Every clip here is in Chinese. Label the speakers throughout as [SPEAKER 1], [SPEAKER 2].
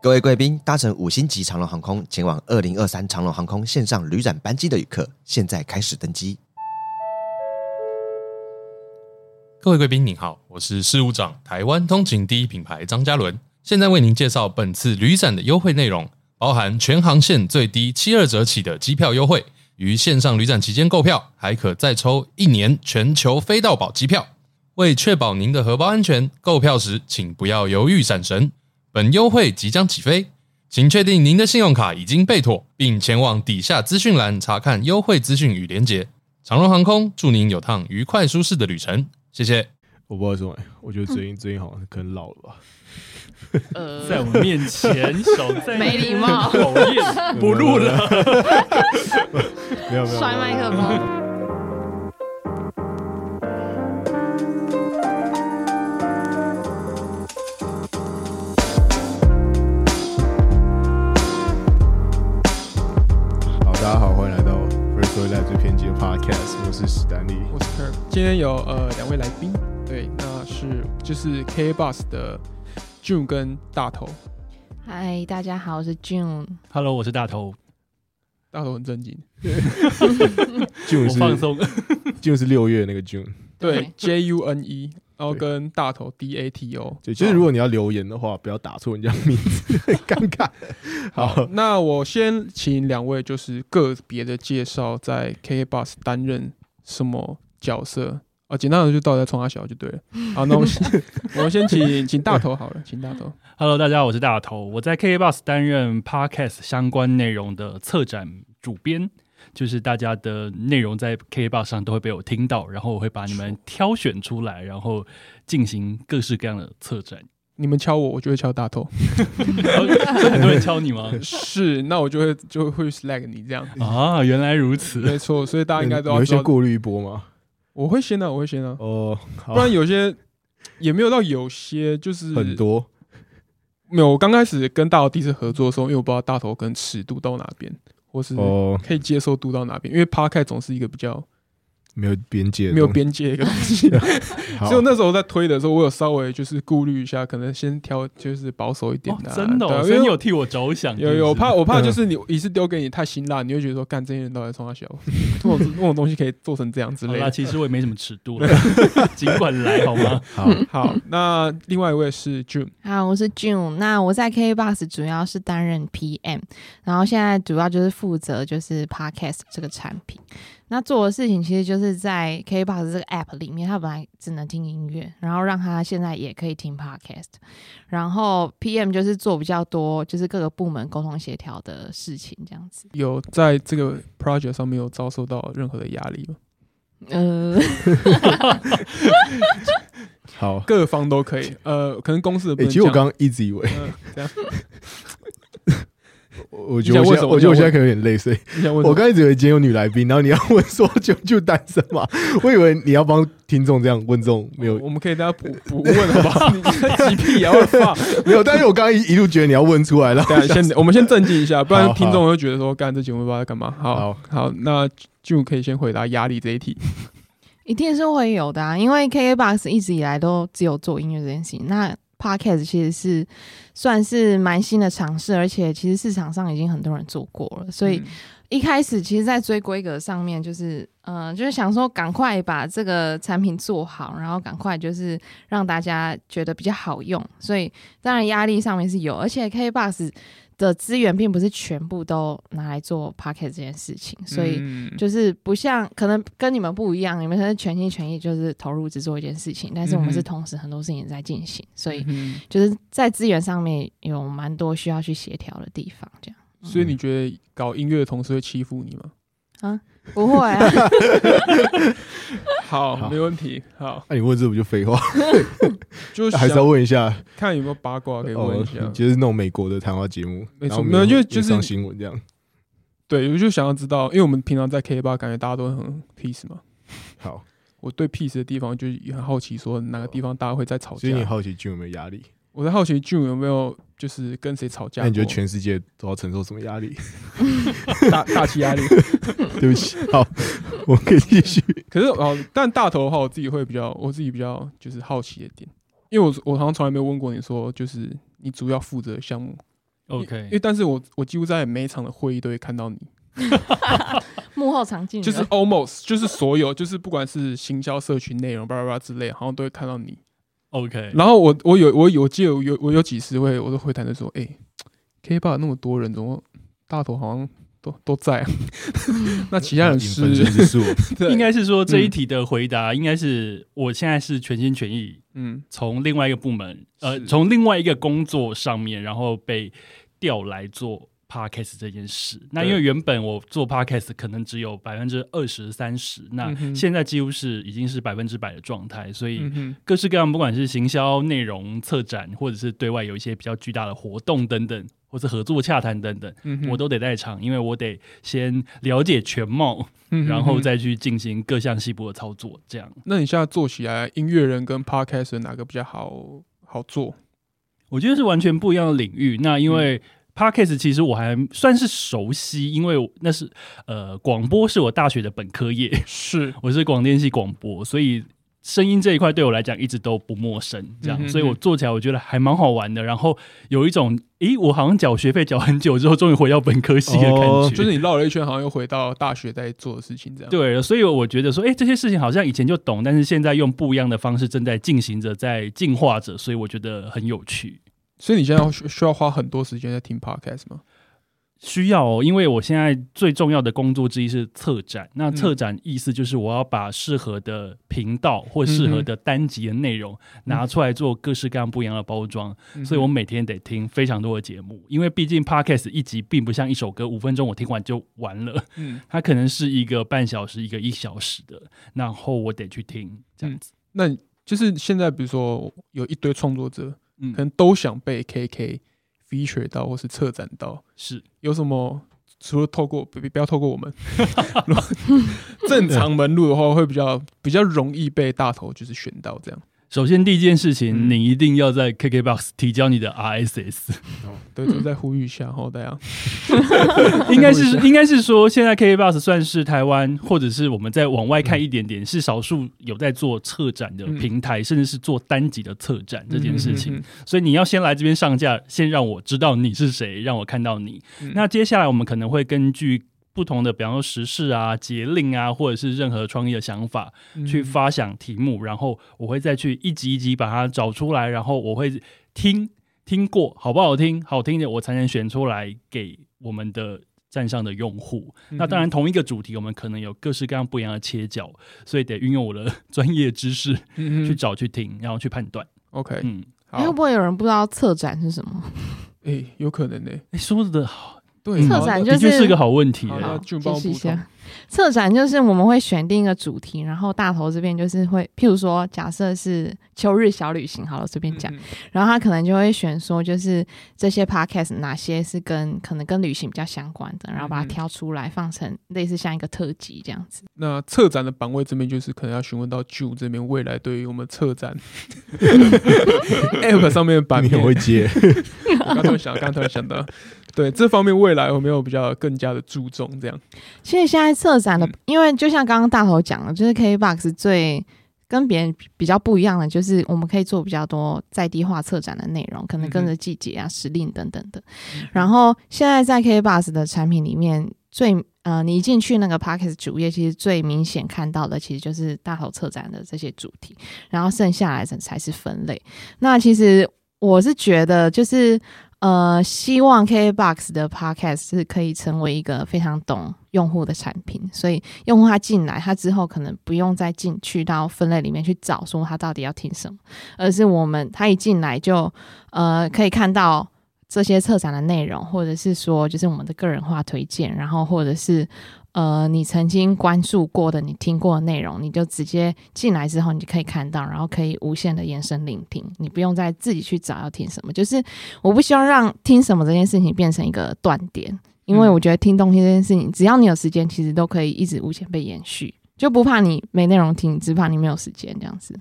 [SPEAKER 1] 各位贵宾，搭乘五星级长龙航空前往二零二三长龙航空线上旅展班机的旅客，现在开始登机。
[SPEAKER 2] 各位贵宾您好，我是事务长台湾通勤第一品牌张嘉伦，现在为您介绍本次旅展的优惠内容，包含全航线最低七二折起的机票优惠，于线上旅展期间购票，还可再抽一年全球飞到宝机票。为确保您的荷包安全，购票时请不要犹豫闪神。本优惠即将起飞，请确定您的信用卡已经被妥，并前往底下资讯栏查看优惠资讯与连结。长荣航空祝您有趟愉快舒适的旅程，谢谢。
[SPEAKER 3] 我不知道为什么欸，我觉得最近最近好像可能老了吧。
[SPEAKER 4] 在
[SPEAKER 5] 呃，
[SPEAKER 4] 我们面前少在
[SPEAKER 5] 没礼貌
[SPEAKER 4] 讨厌，不录了。
[SPEAKER 3] 没有没 有，
[SPEAKER 5] 摔麦克风，
[SPEAKER 3] 好，大家好，欢迎来到 First Story Live 最偏激的 Podcast，我是史丹利。
[SPEAKER 6] 我是 Kirk，今天有呃两位来宾，对，那是就是 K Bus 的 June 跟大头，
[SPEAKER 5] 嗨，大家好，我是 June，
[SPEAKER 4] Hello，我是大头，
[SPEAKER 6] 大头很震惊，
[SPEAKER 3] June
[SPEAKER 4] 我
[SPEAKER 3] 是
[SPEAKER 4] 放松。
[SPEAKER 3] June 是六月那个 June，
[SPEAKER 6] 对 J U N E，然后跟大头 D A T O，
[SPEAKER 3] 对，就是如果你要留言的话，不要打错人家名字， 很尴尬。好，
[SPEAKER 6] 那我先请两位就是个别的介绍，在 K Bus 担任什么角色啊？简单的就到底在冲他小就对了。好，那我们先我们先请请大头好了，请大头。
[SPEAKER 4] Hello，大家好，我是大头，我在 KK Bus 担任 Podcast 相关内容的策展主编，就是大家的内容在 KK Bus 上都会被我听到，然后我会把你们挑选出来，然后进行各式各样的策 展。
[SPEAKER 6] 你们敲我，我就会敲大头。
[SPEAKER 4] 然后所以很多人敲你 吗？
[SPEAKER 6] 是，那我就会就会 slag 你这样。
[SPEAKER 4] 啊，原来如 此。
[SPEAKER 6] 没错，所以大家应该都
[SPEAKER 3] 你
[SPEAKER 6] 要
[SPEAKER 3] 会
[SPEAKER 6] 知道
[SPEAKER 3] 先过滤一波吗？
[SPEAKER 6] 我会先啊，我会先啊，
[SPEAKER 3] 哦，好
[SPEAKER 6] 不然有些也没有到有些就是
[SPEAKER 3] 很多
[SPEAKER 6] 没有。我刚开始跟大头第一次合作的时候，因为我不知道大头跟尺度到哪边，或是
[SPEAKER 3] 哦，
[SPEAKER 6] 可以接受度到哪边，因为 p a 总是一个比较
[SPEAKER 3] 没有边界的
[SPEAKER 6] 没有
[SPEAKER 3] 东
[SPEAKER 6] 边界的一个东西。
[SPEAKER 3] 西，
[SPEAKER 6] 所以我
[SPEAKER 3] 好，
[SPEAKER 6] 那时候在推的时候，我有稍微就是顾虑一下，可能先挑就是保守一点
[SPEAKER 4] 哦
[SPEAKER 6] 的啊、
[SPEAKER 4] 真的、
[SPEAKER 6] 对啊
[SPEAKER 4] 哦，所以
[SPEAKER 6] 因
[SPEAKER 4] 你
[SPEAKER 6] 为
[SPEAKER 4] 有替我着想，
[SPEAKER 6] 有有，
[SPEAKER 4] 是
[SPEAKER 6] 我
[SPEAKER 4] 不是
[SPEAKER 6] 怕我
[SPEAKER 3] 嗯
[SPEAKER 6] 怕就是你一次丢给你太辛辣，你会觉得说干这些人到底冲他小， 这种这种东西可以做成这样之
[SPEAKER 4] 好
[SPEAKER 6] 类
[SPEAKER 4] 啦，
[SPEAKER 6] 的。
[SPEAKER 4] 其实我也没什么尺度了， 尽管来好吗？
[SPEAKER 3] 好，
[SPEAKER 6] 好，那另外一位是 June，
[SPEAKER 5] 好，我是 June，那我在 KBox 主要是担任 PM，然后现在主要就是负责就是 Podcast 这个产品。那做的事情其实就是在 KBox 这个 App 里面，它本来只能听音乐，然后让它现在也可以听 Podcast。然后 PM 就是做比较多，就是各个部门沟通协调的事情这样子。
[SPEAKER 6] 有在这个 project 上面有遭受到任何的压力吗？
[SPEAKER 5] 呃，
[SPEAKER 3] 好。
[SPEAKER 6] 各方都可以， 呃，可能公司的不
[SPEAKER 3] 诶，
[SPEAKER 6] 能
[SPEAKER 3] 其实我
[SPEAKER 6] 讲。
[SPEAKER 3] 刚刚一直以为，
[SPEAKER 6] 呃这样，
[SPEAKER 3] 我我觉得我现在，我
[SPEAKER 6] 你
[SPEAKER 3] 觉得
[SPEAKER 6] 想问什么
[SPEAKER 3] 我现在可能有点累，所以
[SPEAKER 6] 你想问什
[SPEAKER 3] 我
[SPEAKER 6] 么？
[SPEAKER 3] 刚才以为今天有女来宾，然后你要问说就就单身嘛， 我以为你要帮听众这样问这种没有
[SPEAKER 6] 我们可以大家补补问好不好？ 你在急屁啊也会放。
[SPEAKER 3] 没有，但是我刚刚一一路觉得你要问出来了。
[SPEAKER 6] 等一下先， 我们先镇静一下，不然
[SPEAKER 3] 好
[SPEAKER 6] 听众会觉得说，干这节目不知道在干嘛。好
[SPEAKER 3] 好
[SPEAKER 6] 好，那就可以先回答压力这一题。
[SPEAKER 5] 一定是会有的、啊，因为 KKBOX 一直以来都只有做音乐这件事情。那 Podcast 其实是算是蛮新的尝试，而且其实市场上已经很多人做过了，所以
[SPEAKER 6] 嗯
[SPEAKER 5] 一开始其实，在追规格上面，就是呃，就是想说赶快把这个产品做好，然后赶快就是让大家觉得比较好用，所以当然压力上面是有，而且 KBox 的资源并不是全部都拿来做 Podcast 这件事情，所以。
[SPEAKER 6] 嗯
[SPEAKER 5] 就是不像可能跟你们不一样，你们可能全心全意就是投入只做一件事情，但是我们是
[SPEAKER 6] 嗯哼
[SPEAKER 5] 同时很多事情在进行，所以
[SPEAKER 6] 嗯
[SPEAKER 5] 就是在资源上面有蛮多需要去协调的地方。这 样
[SPEAKER 6] 所以你觉得搞音乐的同事会欺负你吗？
[SPEAKER 5] 不会、啊，
[SPEAKER 6] 好，
[SPEAKER 3] 好
[SPEAKER 6] 没问题。好，
[SPEAKER 3] 那、你问这不就废话？
[SPEAKER 6] 就是
[SPEAKER 3] 还是要
[SPEAKER 6] 想
[SPEAKER 3] 问一下，
[SPEAKER 6] 看有没有八卦可以问一下。
[SPEAKER 3] 哦就是那种美国的谈话节目，
[SPEAKER 6] 没
[SPEAKER 3] 然
[SPEAKER 6] 错
[SPEAKER 3] 后
[SPEAKER 6] 没有就就是
[SPEAKER 3] 上新闻这样。
[SPEAKER 6] 对，我就想要知道，因为我们平常在 K 吧，感觉大家都很 peace 嘛。
[SPEAKER 3] 好，
[SPEAKER 6] 我对 peace 的地方就也很好奇，说哪个地方大家会在吵
[SPEAKER 3] 所以你
[SPEAKER 6] 架。
[SPEAKER 3] 好奇君有没有压力？
[SPEAKER 6] 我在好奇 June 有没有就是跟谁吵架
[SPEAKER 3] 那
[SPEAKER 6] 过？
[SPEAKER 3] 你觉得全世界都要承受什么 压力？
[SPEAKER 6] 大大气压力？
[SPEAKER 3] 对不起，好， 我们可以继续。
[SPEAKER 6] 可是哦，但大头的话，我自己会比较，我自己比较就是好奇的点，因为我我好像从来没有问过你说，就是你主要负责的项目因
[SPEAKER 4] OK，
[SPEAKER 6] 为但是我我几乎在每一场的会议都会看到你，
[SPEAKER 5] 幕后常 进人
[SPEAKER 6] 就是 almost 就是所有就是不管是行销、社群内容、巴拉巴拉之类，好像都会看到你。
[SPEAKER 4] OK，
[SPEAKER 6] 然后我我有我有我记得我有我有几十位我都会谈的说，哎、k bar 那么多人，怎么大头好像都都在、啊
[SPEAKER 4] 嗯
[SPEAKER 6] 那其他人
[SPEAKER 3] 影分身
[SPEAKER 6] 是
[SPEAKER 3] 之术，
[SPEAKER 6] 对
[SPEAKER 4] 应该是说这一
[SPEAKER 6] 嗯
[SPEAKER 4] 题的回答应该是我现在是全心全意
[SPEAKER 6] 嗯
[SPEAKER 4] 从另外一个部门，呃，
[SPEAKER 6] 是
[SPEAKER 4] 从另外一个工作上面，然后被调来做 podcast 这件事。那因为原本我做 podcast 可能只有百分之二十三十，那
[SPEAKER 6] 嗯哼
[SPEAKER 4] 现在几乎是已经是百分之百的状态，所以
[SPEAKER 6] 嗯哼
[SPEAKER 4] 各式各样，不管是行销、内容、策展，或者是对外有一些比较巨大的活动等等，或是合作洽谈等等，
[SPEAKER 6] 嗯哼，
[SPEAKER 4] 我都得在场，因为我得先了解全貌，
[SPEAKER 6] 嗯哼
[SPEAKER 4] 然后
[SPEAKER 6] 嗯哼
[SPEAKER 4] 再去进行各项细部的操作，这样。
[SPEAKER 6] 那你现在做起来，音乐人跟 podcast 人哪个比较好好做？
[SPEAKER 4] 我觉得是完全不一样的领域。那因
[SPEAKER 6] 嗯
[SPEAKER 4] 为 podcast 其实我还算是熟悉，因为我那是呃广播是我大学的本科业，
[SPEAKER 6] 是，
[SPEAKER 4] 我是广电系广播，所以声音这一块对我来讲一直都不陌生。这样，
[SPEAKER 6] 嗯哼
[SPEAKER 4] 所以我做起来我觉得还蛮好玩的。然后有一种诶，我好像缴学费缴很久之后，终于回到本科系的感觉，
[SPEAKER 3] 哦
[SPEAKER 6] 就是你绕了一圈，好像又回到大学在做的事情这样。，
[SPEAKER 4] 对，所以我觉得说，哎、这些事情好像以前就懂，但是现在用不一样的方式正在进行着，在进化着，所以我觉得很有趣。
[SPEAKER 6] 所以你现在要需需要花很多时间在听 podcast 吗？
[SPEAKER 4] 需要、哦，因为我现在最重要的工作之一是策展。那策展意思就是我要把适合的频道或适合的单集的内容拿出来做各式各样不一样的包装，所以我每天得听非常多的节目，因为毕竟 podcast 一集并不像一首歌五分钟我听完就完了，
[SPEAKER 6] 嗯，
[SPEAKER 4] 它可能是一个半小时、一个一小时的，然后我得去听这样子。
[SPEAKER 6] 嗯那你就是现在，比如说有一堆创作者，
[SPEAKER 4] 嗯，
[SPEAKER 6] 可能都想被 KK feature 到或是策展到，
[SPEAKER 4] 是
[SPEAKER 6] 有什么？除了透过不不要透过我们，如果正常门路的话，会比较比较容易被大头就是选到这样。
[SPEAKER 4] 首先第一件事情，
[SPEAKER 6] 嗯
[SPEAKER 4] 你一定要在 KKBOX 提交你的 RSS。
[SPEAKER 6] 对，就再呼吁一下哈，大家。
[SPEAKER 4] 嗯应该是应该是说，现在 K Bus 算是台湾，或者是我们再往外看一点点，是少数有在做策展的平台，甚至是做单集的策展这件事情。
[SPEAKER 6] 嗯，嗯嗯
[SPEAKER 4] 所以你要先来这边上架，先让我知道你是谁，让我看到你。
[SPEAKER 6] 嗯
[SPEAKER 4] 那接下来我们可能会根据。不同的，比方说时事啊、节令啊，或者是任何创意的想法，
[SPEAKER 6] 嗯
[SPEAKER 4] 去发想题目，然后我会再去一集一集把它找出来，然后我会听听过好不好听，好听的我才能选出来给我们的站上的用户。
[SPEAKER 6] 嗯
[SPEAKER 4] 那当然，，同一个主题我们可能有各式各样不一样的切角，所以得运用我的专业知识
[SPEAKER 6] 嗯
[SPEAKER 4] 去找、去听，然后去判断。
[SPEAKER 6] OK，
[SPEAKER 4] 嗯，
[SPEAKER 5] 哎会
[SPEAKER 6] 好，
[SPEAKER 5] 不会有人不知道策展是什么？
[SPEAKER 6] 哎，有可能呢。
[SPEAKER 4] 诶说的好，
[SPEAKER 6] 对，
[SPEAKER 5] 策展
[SPEAKER 6] 就
[SPEAKER 5] 就
[SPEAKER 4] 嗯的确是个好问题、
[SPEAKER 6] 好
[SPEAKER 4] 诶
[SPEAKER 6] 那
[SPEAKER 5] 好
[SPEAKER 6] 就帮
[SPEAKER 5] 解
[SPEAKER 6] 我
[SPEAKER 5] 释
[SPEAKER 6] 补
[SPEAKER 5] 一
[SPEAKER 6] 充
[SPEAKER 5] 下。策展就是我们会选定一个主题，然后大头这边就是会，譬如说，假设是秋日小旅行，好了，随便
[SPEAKER 6] 嗯
[SPEAKER 5] 讲，然后他可能就会选说，就是这些 podcast 哪些是跟可能跟旅行比较相关的，然后把它
[SPEAKER 6] 嗯
[SPEAKER 5] 挑出来放成类似像一个特辑这样子。
[SPEAKER 6] 那策展的版位这边就是可能要询问到 June 这边未来对于我们策展 App 上面的版
[SPEAKER 3] 你
[SPEAKER 6] 面
[SPEAKER 3] 很，会接，
[SPEAKER 6] 我刚突然想，刚突然想到，对这方面未来有没有比较更加的注重这样？
[SPEAKER 5] 其实现在策展的，
[SPEAKER 6] 嗯
[SPEAKER 5] 因为就像刚刚大头讲的，就是 KBox 最跟别人比较不一样的，就是我们可以做比较多在地化策展的内容，可能跟着季节啊、时令等等的。然后现在在 KBox 的产品里面，最呃，你一进去那个 Parkes 主页，其实最明显看到的，其实就是大头策展的这些主题，然后剩下来才才是分类。那其实我是觉得，就是呃，希望 KBox 的 Podcast 是可以成为一个非常懂用户的产品，所以用户他进来，他之后可能不用再进去到分类里面去找说他到底要听什么，而是我们他一进来就呃可以看到。这些策展的内容，或者是说，就是我们的个人化推荐，然后或者是呃，你曾经关注过的、你听过的内容，你就直接进来之后，你就可以看到，然后可以无限的延伸聆听，你不用再自己去找要听什么。就是我不希望让听什么这件事情变成一个断点，因为
[SPEAKER 6] 嗯
[SPEAKER 5] 我觉得听东西这件事情，只要你有时间，其实都可以一直无限被延续，就不怕你没内容听，只怕你没有时间这样子。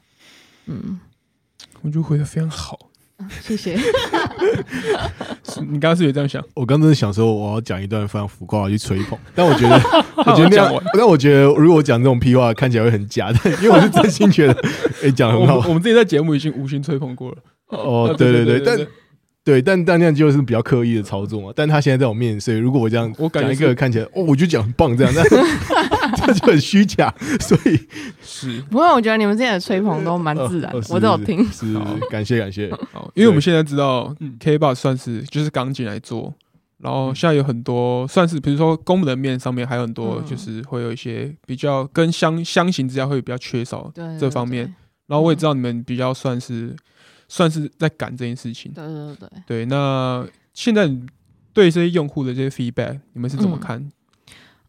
[SPEAKER 5] 嗯，
[SPEAKER 6] 我就回得非常好。
[SPEAKER 5] 啊谢谢。
[SPEAKER 6] 是你刚刚是有这样想？
[SPEAKER 3] 我刚真的想说，我要讲一段非常浮夸的去吹捧，但我觉得， 我觉得那
[SPEAKER 6] 讲
[SPEAKER 3] 样
[SPEAKER 6] 完，
[SPEAKER 3] 但我觉得如果我讲这种屁话，看起来会很假，但 因为我是真心觉得，哎，讲得
[SPEAKER 6] 我
[SPEAKER 3] 很
[SPEAKER 6] 们
[SPEAKER 3] 好。
[SPEAKER 6] 我们自己在节目已经无心吹捧过了。
[SPEAKER 3] 哦，对对对，但对，但但那样就是比较刻意的操作嘛。但他现在在我面前，所以如果我这样，
[SPEAKER 6] 我感觉
[SPEAKER 3] 讲一
[SPEAKER 6] 是
[SPEAKER 3] 个看起来哦，我就讲很棒这样， 那这就很虚假，所 以
[SPEAKER 6] 是
[SPEAKER 5] 不过我觉得你们之前的吹捧都蛮自然
[SPEAKER 3] 呃
[SPEAKER 5] 的
[SPEAKER 3] 呃，是
[SPEAKER 5] 我都有听。
[SPEAKER 3] 是是是
[SPEAKER 6] 好
[SPEAKER 3] 感谢感 谢，
[SPEAKER 6] 好，因为我们现在知道
[SPEAKER 4] 嗯
[SPEAKER 6] KBox 算是就是刚进来做，然后现在有很多算是比如说功能面上面还有很多
[SPEAKER 5] 嗯
[SPEAKER 6] 就是会有一些比较跟相相形之下会比较缺少，
[SPEAKER 5] 对对
[SPEAKER 6] 这方面，然后我也知道你们比较算是算是在赶这件事情。
[SPEAKER 5] 对对对对。
[SPEAKER 6] 对，那现在你对这些用户的这些 feedback，你们是怎么看？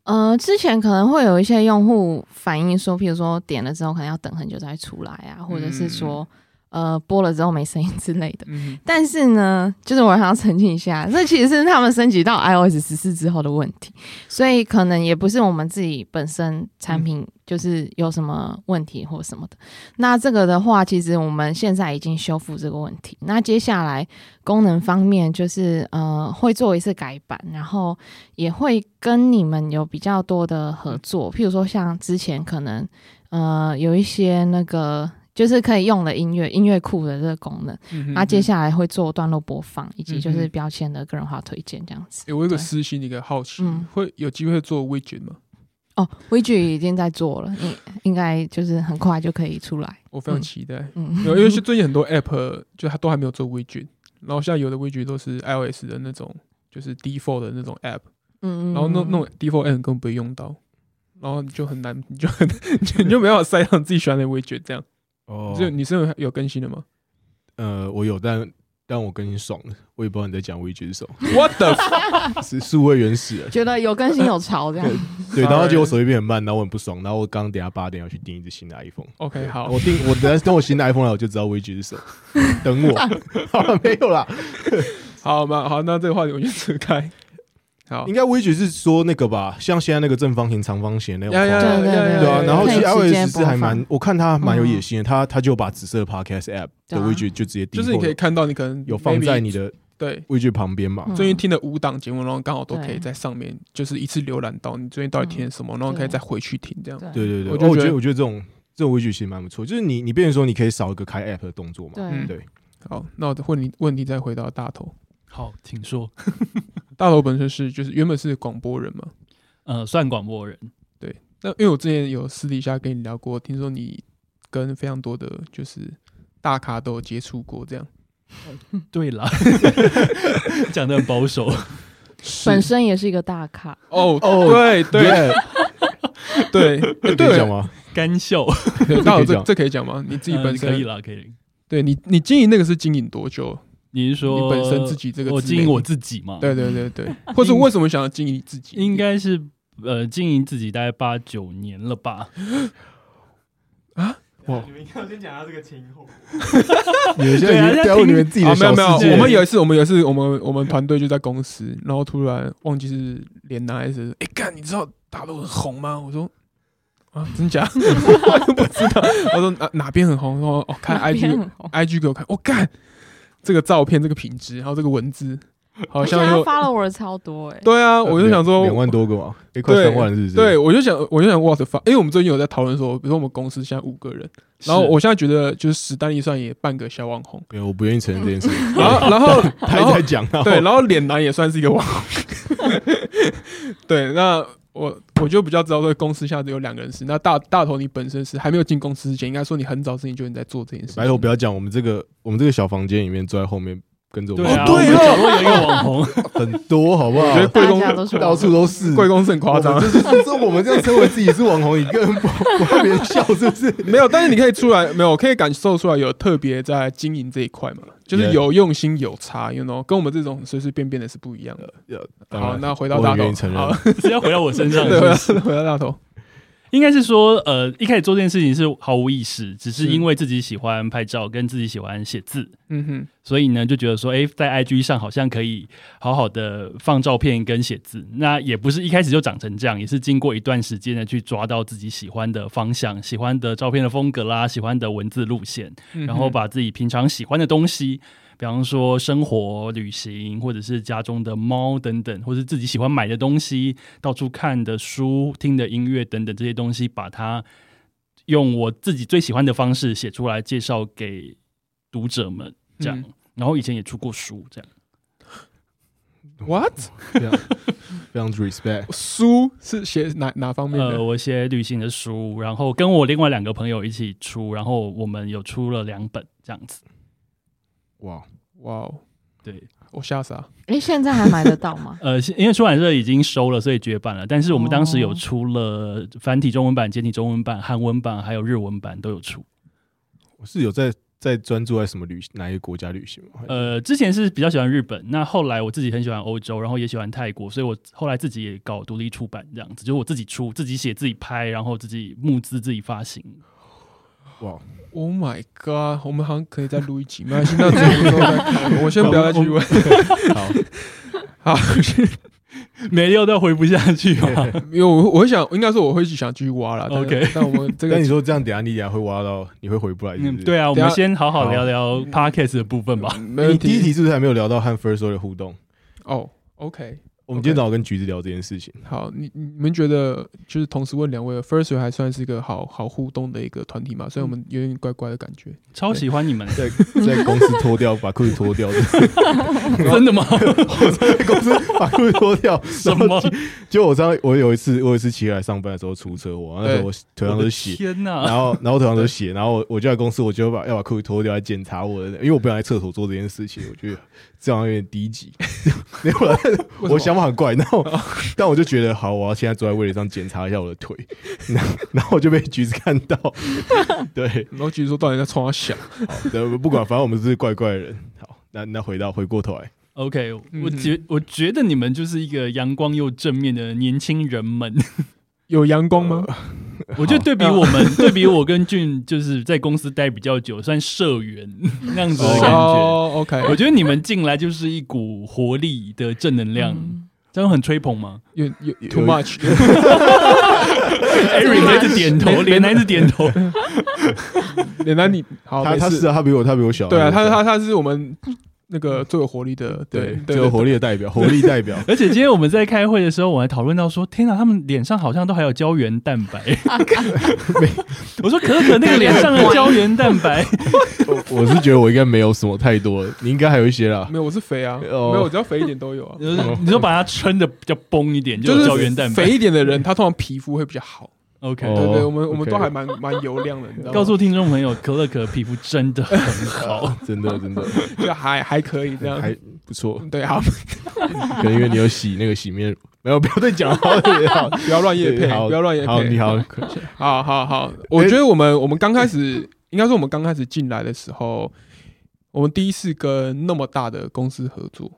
[SPEAKER 5] 呃，之前可能会有一些用户反映说，譬如说点了之后可能要等很久才出来啊，或者是说呃播了之后没声音之类的。
[SPEAKER 6] 嗯，
[SPEAKER 5] 但是呢，就是我想要澄清一下， 这其实是他们升级到 iOS 十四之后的问题，所以可能也不是我们自己本身产品就是有什么问题或什么的。那这个的话，其实我们现在已经修复这个问题。那接下来功能方面，就是呃会做一次改版，然后也会跟你们有比较多的合作，譬如说像之前可能呃有一些那个。就是可以用的音乐音乐库的这个功能，
[SPEAKER 6] 嗯
[SPEAKER 5] 那啊接下来会做段落播放，以及就
[SPEAKER 6] 嗯哦
[SPEAKER 5] 是
[SPEAKER 6] 哼
[SPEAKER 5] 标签的个人化推荐这样子。
[SPEAKER 6] 诶我有一个
[SPEAKER 5] 对
[SPEAKER 6] 私心的一个好奇
[SPEAKER 5] 嗯，
[SPEAKER 6] 会有机会做 widget 吗？
[SPEAKER 5] 哦 w i g e 已经在做了，应应该就是很快就可以出来。
[SPEAKER 6] 我非常
[SPEAKER 5] 嗯
[SPEAKER 6] 期待，
[SPEAKER 5] 嗯，
[SPEAKER 6] 没有因为是最近很多 app 就它都还没有做 widget，然后现在有的 widget 都是 iOS 的那种，就是 default 的那种 app，
[SPEAKER 5] 嗯
[SPEAKER 6] 然后那那种 default app 根本不会用到，然后你就很难，你 就很你就你就没办法塞上自己喜欢的 widget 这样。
[SPEAKER 3] 哦
[SPEAKER 6] 就你是有有更新的吗
[SPEAKER 3] 呃，我有，但但我跟你爽了，我也不知道你在讲微举手，
[SPEAKER 6] ？What the fuck？
[SPEAKER 3] 是数位原始人。
[SPEAKER 5] 觉得有更新有潮这样。
[SPEAKER 3] 对，
[SPEAKER 6] 哎
[SPEAKER 3] 然后结果手机变很慢，然后我很不爽，然后我刚刚等一下八点要去订一只新的 iPhone。
[SPEAKER 6] OK，好，
[SPEAKER 3] 我订我等下等我新的 iPhone 来，我就知道微举手。等 我，好了没有啦，
[SPEAKER 6] 好嘛，好，那这个话题我们就 扯开。好
[SPEAKER 3] 应，该微举是说那个吧，像现在那个正方形、长方形那种框。
[SPEAKER 5] 对对对
[SPEAKER 3] 对啊，然后
[SPEAKER 5] 可
[SPEAKER 3] 其
[SPEAKER 5] 以
[SPEAKER 3] 实
[SPEAKER 5] 直接
[SPEAKER 3] iOS
[SPEAKER 5] 播
[SPEAKER 3] 是还蛮
[SPEAKER 5] 放，
[SPEAKER 3] 我看他蛮有野心的，他他就把紫色的 Podcast App 的
[SPEAKER 5] 嗯对啊
[SPEAKER 3] widget 就直接
[SPEAKER 6] 就是你可以
[SPEAKER 3] default
[SPEAKER 6] 看到你可能
[SPEAKER 3] 有放在
[SPEAKER 6] maybe
[SPEAKER 3] 你的
[SPEAKER 6] 对
[SPEAKER 3] widget 旁边嘛
[SPEAKER 5] 嗯，
[SPEAKER 6] 最近听的五档节目，然后刚好都可
[SPEAKER 5] 对
[SPEAKER 6] 以
[SPEAKER 5] 嗯
[SPEAKER 6] 在上面就是一次浏览到你最近到底听了什么，然后可以再回去听这样。
[SPEAKER 3] 对对对，
[SPEAKER 6] 我
[SPEAKER 3] 我
[SPEAKER 6] 就
[SPEAKER 3] 我觉
[SPEAKER 6] 觉得
[SPEAKER 3] 得我觉得这种这种 widget 其实蛮不错，就是你你变成说你可以少一个开 app 的动作嘛，
[SPEAKER 5] 对
[SPEAKER 6] 嗯
[SPEAKER 3] 对，
[SPEAKER 6] 好，那我的问你问题再回到大头，
[SPEAKER 4] 好，请说。
[SPEAKER 6] 大头本身是就是原本是广播人嘛，
[SPEAKER 4] 呃，算广播人，
[SPEAKER 6] 嗯那因为我之前有私底下跟你聊过，听说你跟非常多的就是大咖都有接触过这样。
[SPEAKER 4] 对啦， 讲的很保 守。
[SPEAKER 5] 本身也是一个大咖，
[SPEAKER 6] 哦，
[SPEAKER 3] 哦
[SPEAKER 6] 对对
[SPEAKER 3] 耶，
[SPEAKER 6] 对
[SPEAKER 3] 可
[SPEAKER 6] 诶
[SPEAKER 3] 以讲
[SPEAKER 6] 对
[SPEAKER 3] 吗？
[SPEAKER 4] 干笑，
[SPEAKER 6] 对，大头这
[SPEAKER 3] 讲呃
[SPEAKER 6] 这可以讲吗？你自己本
[SPEAKER 4] 嗯
[SPEAKER 6] 身
[SPEAKER 4] 可以啦，可以。
[SPEAKER 6] 对你，你经营那个是经营多久？
[SPEAKER 4] 你是说
[SPEAKER 6] 你本身自己这个
[SPEAKER 4] 我
[SPEAKER 6] 自媒
[SPEAKER 4] 经营
[SPEAKER 6] 体
[SPEAKER 4] 我自己嘛？
[SPEAKER 6] 对对对 对，或者为什么想要经营你自己？
[SPEAKER 4] 应该是呃经营自己大概八九年了吧。
[SPEAKER 6] 哇，
[SPEAKER 3] 你们现在已经掉入你们自己
[SPEAKER 6] 啊
[SPEAKER 3] 的
[SPEAKER 6] 没
[SPEAKER 3] 小
[SPEAKER 6] 有没有
[SPEAKER 3] 世，界，
[SPEAKER 6] 我们有一次，我们有一次，我们我们团队就在公司，然后突然忘记是连拿还是哎干，你知道大陆很红吗？我说啊，真假？ 我都不知道。我说啊哪哪边很红？说哦，看
[SPEAKER 5] 哪边
[SPEAKER 6] IG
[SPEAKER 5] 很红
[SPEAKER 6] IG 给我看，我、干这个照片，这个品质，还有这个文字，好
[SPEAKER 5] 而且
[SPEAKER 6] 哦像
[SPEAKER 5] 他
[SPEAKER 6] 又
[SPEAKER 5] follower 超多哎。
[SPEAKER 6] 对啊，
[SPEAKER 3] 呃
[SPEAKER 6] 我就想说
[SPEAKER 3] 两两万多个嘛，诶快
[SPEAKER 6] 对
[SPEAKER 3] 三万了是不是？
[SPEAKER 6] 对，，我就想，我就想 what the fuck，因为我们最近有在讨论说，比如说我们公司现在五个人，然后
[SPEAKER 4] 是
[SPEAKER 6] 我现在觉得就是史丹利算也半个小网红，
[SPEAKER 3] 没有，我不愿意承认这件事情。
[SPEAKER 6] 然后然后
[SPEAKER 3] 他也
[SPEAKER 6] 然后
[SPEAKER 3] 在讲啊，
[SPEAKER 6] 对，然后脸男也算是一个网红， 对，那我我就比较知道这个公司现在只有两个人是，那大大头你本身是还没有进公司之前，应该说你很早之前就已经在做这件事情，
[SPEAKER 3] 白头不要讲，我们这个我们这个小房间里面坐在后面跟着我
[SPEAKER 4] 对
[SPEAKER 3] 们
[SPEAKER 4] 啊，
[SPEAKER 6] 哦对
[SPEAKER 4] 我
[SPEAKER 6] 哦
[SPEAKER 4] 们角落有一个网红，
[SPEAKER 3] 很多，好不好
[SPEAKER 6] 我觉？得贵
[SPEAKER 5] 大家
[SPEAKER 6] 公
[SPEAKER 5] 都是
[SPEAKER 3] 到处都是，
[SPEAKER 6] 贵公司很夸张
[SPEAKER 3] 我。们就是说，我们这样称为自己是网红，你根本不不怕别人笑，是不是？
[SPEAKER 6] 没有，但是你可以出来，没有可以感受出来有特别在经营这一块嘛，就是有用心有差，you know，跟我们这种随随便便的是不一样的。 好，那回到
[SPEAKER 3] 我
[SPEAKER 6] 大
[SPEAKER 3] 很愿
[SPEAKER 6] 头
[SPEAKER 3] 意承，认
[SPEAKER 6] 好，
[SPEAKER 4] 是要回到我身上。
[SPEAKER 6] 对，啊
[SPEAKER 4] 是不是
[SPEAKER 6] 回到回到大头，
[SPEAKER 4] 应该是说，呃，一开始做这件事情是毫无意识，只是
[SPEAKER 6] 是
[SPEAKER 4] 因为自己喜欢拍照，跟自己喜欢写字，
[SPEAKER 6] 嗯哼，
[SPEAKER 4] 所以呢，就觉得说，哎、在 IG 上好像可以好好的放照片跟写字。那也不是一开始就长成这样，也是经过一段时间的去抓到自己喜欢的方向、喜欢的照片的风格啦、喜欢的文字路线，
[SPEAKER 6] 嗯哼
[SPEAKER 4] 然后把自己平常喜欢的东西。比方说生活、旅行，或者是家中的猫等等，或是自己喜欢买的东西，到处看的书、听的音乐等等这些东西，把它用我自己最喜欢的方式写出来，介绍给读者们。这样，
[SPEAKER 6] 嗯
[SPEAKER 4] 然后以前也出过书，这样
[SPEAKER 6] What？
[SPEAKER 3] 非常非常 respect。
[SPEAKER 6] 书是写哪哪方面
[SPEAKER 4] 呃，
[SPEAKER 6] 的？
[SPEAKER 4] 我写旅行的书，然后跟我另外两个朋友一起出，然后我们有出了两本这样子。
[SPEAKER 3] 哇，
[SPEAKER 6] 哇哦，
[SPEAKER 4] 对，？
[SPEAKER 6] 我吓啊傻！
[SPEAKER 5] 哎，现在还买得到吗
[SPEAKER 4] 呃，是因为出版社已经收了，所以绝版了。但是我们当时有
[SPEAKER 5] 哦
[SPEAKER 4] 出了繁体中文版、简体中文版、韩文版，还有日文版都有出。
[SPEAKER 3] 我是有在在专注在什么旅行哪一个国家旅行吗？呃，
[SPEAKER 4] 呃，之前是比较喜欢日本，那后来我自己很喜欢欧洲，然后也喜欢泰国，所以我后来自己也搞独立出版这样子，就是我自己出、自己写、自己拍，然后自己募资、自己发行。
[SPEAKER 3] 哇，
[SPEAKER 6] Oh my god！我们好像可以再录一集，没关系，那之后之后再看。我先不要再继续问。好，
[SPEAKER 4] 每六都回不下去哦嘛。
[SPEAKER 6] 因为我我会想，应该说我会想继续挖了。但
[SPEAKER 4] OK
[SPEAKER 6] 但我们 这
[SPEAKER 3] 但
[SPEAKER 6] 个
[SPEAKER 3] 你说这样，等一下你等一下会挖到，你会回不来是不是，
[SPEAKER 4] 嗯，对
[SPEAKER 3] 啊。
[SPEAKER 4] 啊，我
[SPEAKER 6] 等
[SPEAKER 4] 们
[SPEAKER 6] 下
[SPEAKER 4] 先好好嗯聊聊 podcast 的部分吧。
[SPEAKER 6] 没
[SPEAKER 3] 你
[SPEAKER 6] 问
[SPEAKER 3] 第一
[SPEAKER 6] 题
[SPEAKER 3] 题是不是还没有聊到和 First Story 的互动？
[SPEAKER 6] 哦。OK，
[SPEAKER 3] 我们今天早上跟橘子聊这件事情，
[SPEAKER 6] 好，你你们觉得就是同时问两位，First Wave 还算是一个好好互动的一个团体嘛？所以我们有点怪怪的感觉。
[SPEAKER 4] 超喜欢你们，
[SPEAKER 3] 在在公司脱掉，把裤子脱 掉，
[SPEAKER 4] 真的吗？
[SPEAKER 3] 在公司把裤子脱掉，
[SPEAKER 4] 什么？
[SPEAKER 3] 就我上我有一次，我有一次骑车来上班的时候出车祸，然后那时候我腿上
[SPEAKER 4] 哎啊我
[SPEAKER 3] 都
[SPEAKER 4] 的
[SPEAKER 3] 是血，
[SPEAKER 4] 天
[SPEAKER 3] 然
[SPEAKER 4] 哪！
[SPEAKER 3] 后然后我腿上都是血，然后我我就在公司，我就把要把裤子脱掉来检查我的，因为我不想在厕所做这件事情，我觉得这样有点低级。 没有啦，
[SPEAKER 6] 为什么
[SPEAKER 3] 我想法很怪，然 后但我就觉得好，我要现在坐在位置上检查一下我的腿， 然后然后我就被橘子看 到，对，
[SPEAKER 6] 然后继续说到底在冲他笑，
[SPEAKER 3] 好，对，不管，反正我们是怪怪的人。好，那那回到回过头来，
[SPEAKER 4] OK，
[SPEAKER 6] 嗯
[SPEAKER 4] 我觉我觉得你们就是一个阳光又正面的年轻人 们。
[SPEAKER 6] 有阳光吗？
[SPEAKER 4] 我觉得对比我 们，对比我跟俊，就是在公司待比较久，算社 员那样子
[SPEAKER 3] 呃
[SPEAKER 4] 的感觉。
[SPEAKER 6] 哦，OK，
[SPEAKER 4] 我觉得你们进来就是一股活力的正能 量，
[SPEAKER 5] 嗯
[SPEAKER 4] 这样很吹捧 吗
[SPEAKER 6] 有有 too
[SPEAKER 3] 有
[SPEAKER 6] much，
[SPEAKER 4] ？Eric 还一直哎点头，连还一直点 头。
[SPEAKER 6] 脸男你好，
[SPEAKER 3] 他
[SPEAKER 6] 没
[SPEAKER 3] 他
[SPEAKER 6] 事
[SPEAKER 3] 是啊，他比我他比我小，
[SPEAKER 6] 对啊，
[SPEAKER 3] 比我
[SPEAKER 6] 他
[SPEAKER 3] 小
[SPEAKER 6] 他他是我们那个最有活力的，对
[SPEAKER 3] 对
[SPEAKER 6] 对
[SPEAKER 3] 最有活力的代表，活力代表。
[SPEAKER 4] 而且今天我们在开会的时候，我还讨论到说，天哪，他们脸上好像都还有胶原蛋 白。
[SPEAKER 6] 啊
[SPEAKER 4] 我说可可那个脸上的胶原蛋白，
[SPEAKER 3] 我我是觉得我应该没有什么太多，你应该还有一些啦。
[SPEAKER 6] 没有，我是肥啊，没
[SPEAKER 3] 哦
[SPEAKER 6] 有，我只要肥一点都有啊，
[SPEAKER 4] 你就把它撑的比较崩一点，就
[SPEAKER 6] 就
[SPEAKER 4] 有
[SPEAKER 6] 是
[SPEAKER 4] 胶原蛋白
[SPEAKER 6] 肥。一点的人，他通常皮肤会比较好。
[SPEAKER 4] OK，
[SPEAKER 3] 哦
[SPEAKER 6] 对对，我们我们
[SPEAKER 3] OK
[SPEAKER 6] 都还蛮蛮油亮的，你知道吗？
[SPEAKER 4] 告诉听众朋友，可乐可皮肤真 的很好。
[SPEAKER 3] 真的真的
[SPEAKER 6] 就还还可以这样，
[SPEAKER 3] 还不错，
[SPEAKER 6] 对，好，
[SPEAKER 3] 可能因为你有洗那个洗面乳，没有不要再讲了，好对好
[SPEAKER 6] 不要乱夜配，
[SPEAKER 3] 对好
[SPEAKER 6] 不要乱夜配。
[SPEAKER 3] 好你好，
[SPEAKER 6] 好好好，我觉得我们我们刚开始，应该说我们刚开始进来的时候，我们第一次跟那么大的公司合作，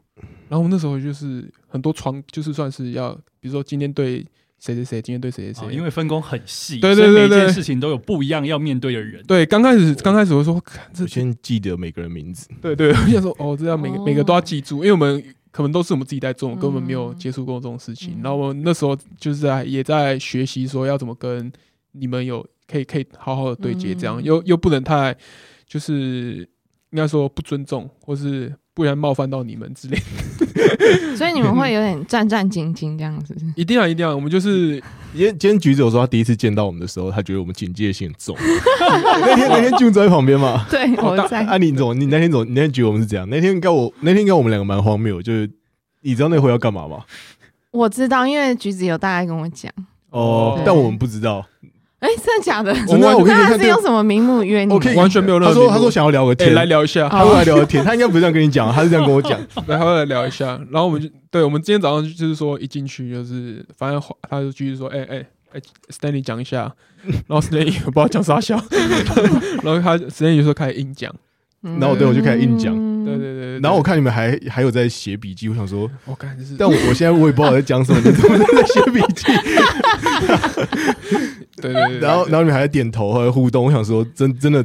[SPEAKER 6] 然后我们那时候就是很多窗，就是算是要，比如说今天对谁谁谁，今天对谁谁
[SPEAKER 4] 哦
[SPEAKER 6] 谁，
[SPEAKER 4] 因为分工很细，
[SPEAKER 6] 对
[SPEAKER 4] 所以
[SPEAKER 6] 对对
[SPEAKER 4] 每一件
[SPEAKER 6] 对
[SPEAKER 4] 事情都有不一样要面对的人。
[SPEAKER 6] 对刚开始刚开始我说，看这
[SPEAKER 3] 我先记得每个人名字，
[SPEAKER 6] 对对，我想说哦，这样每个
[SPEAKER 5] 哦
[SPEAKER 6] 每个都要记住，因为我们可能都是我们自己在做，我们根本没有
[SPEAKER 5] 嗯
[SPEAKER 6] 接触过这种事情。
[SPEAKER 5] 嗯
[SPEAKER 6] 然后我那时候就是在也在学习说要怎么跟你们有可以可以好好的对接，这样、
[SPEAKER 5] 嗯
[SPEAKER 6] 又又不能太就是应该说不尊重，或是不然冒犯到你们 之类的。
[SPEAKER 5] 嗯所以你们会有点战战兢兢这样子。
[SPEAKER 6] 一定要一定要，我们就是
[SPEAKER 3] 因为今天橘子有说他第一次见到我们的时候，他觉得我们警戒心很重。那天那天俊在旁边嘛，
[SPEAKER 5] 对， 我在。
[SPEAKER 3] 啊你怎么你那天怎么你那天觉得我们是怎样？那天应该我那天应该我们两个蛮荒谬，就是你知道那会要干嘛吗？
[SPEAKER 5] 我知道，因为橘子有大概跟我讲，
[SPEAKER 3] 哦
[SPEAKER 6] 对，
[SPEAKER 3] 但我们不知道，
[SPEAKER 5] 哎、真的假的？
[SPEAKER 3] 真的啊我可以
[SPEAKER 5] 那
[SPEAKER 3] 看
[SPEAKER 5] 他是
[SPEAKER 3] 这
[SPEAKER 5] 用什么名目约你？
[SPEAKER 3] 我可以
[SPEAKER 6] 完全没有任
[SPEAKER 3] 他
[SPEAKER 6] 何
[SPEAKER 3] 说
[SPEAKER 6] 理由
[SPEAKER 3] 他说想要聊个
[SPEAKER 6] 哎、
[SPEAKER 3] 天，
[SPEAKER 6] 来聊一下，
[SPEAKER 5] 哦
[SPEAKER 3] 他说来聊个天，他应该不是这样跟你讲，他是这样跟我讲。
[SPEAKER 6] 然后来聊一下，然后我们就对，我们今天早上就是说一进去就是，反正他就继续说，哎哎哎，Stanley 讲一下，然后 Stanley 也不知道讲啥笑，然后他 Stanley 就说开始硬讲，
[SPEAKER 5] 嗯
[SPEAKER 3] 然后对我就开始硬讲
[SPEAKER 6] 对对对，
[SPEAKER 3] 然后我看你们还还有在写笔记，我想说，
[SPEAKER 6] 我看就是，
[SPEAKER 3] 但我我现在我也不知道我在讲什么，你 怎么在写笔记？
[SPEAKER 6] 对对对，
[SPEAKER 3] 然后然后你们还在点头还在互动，我想说，真真的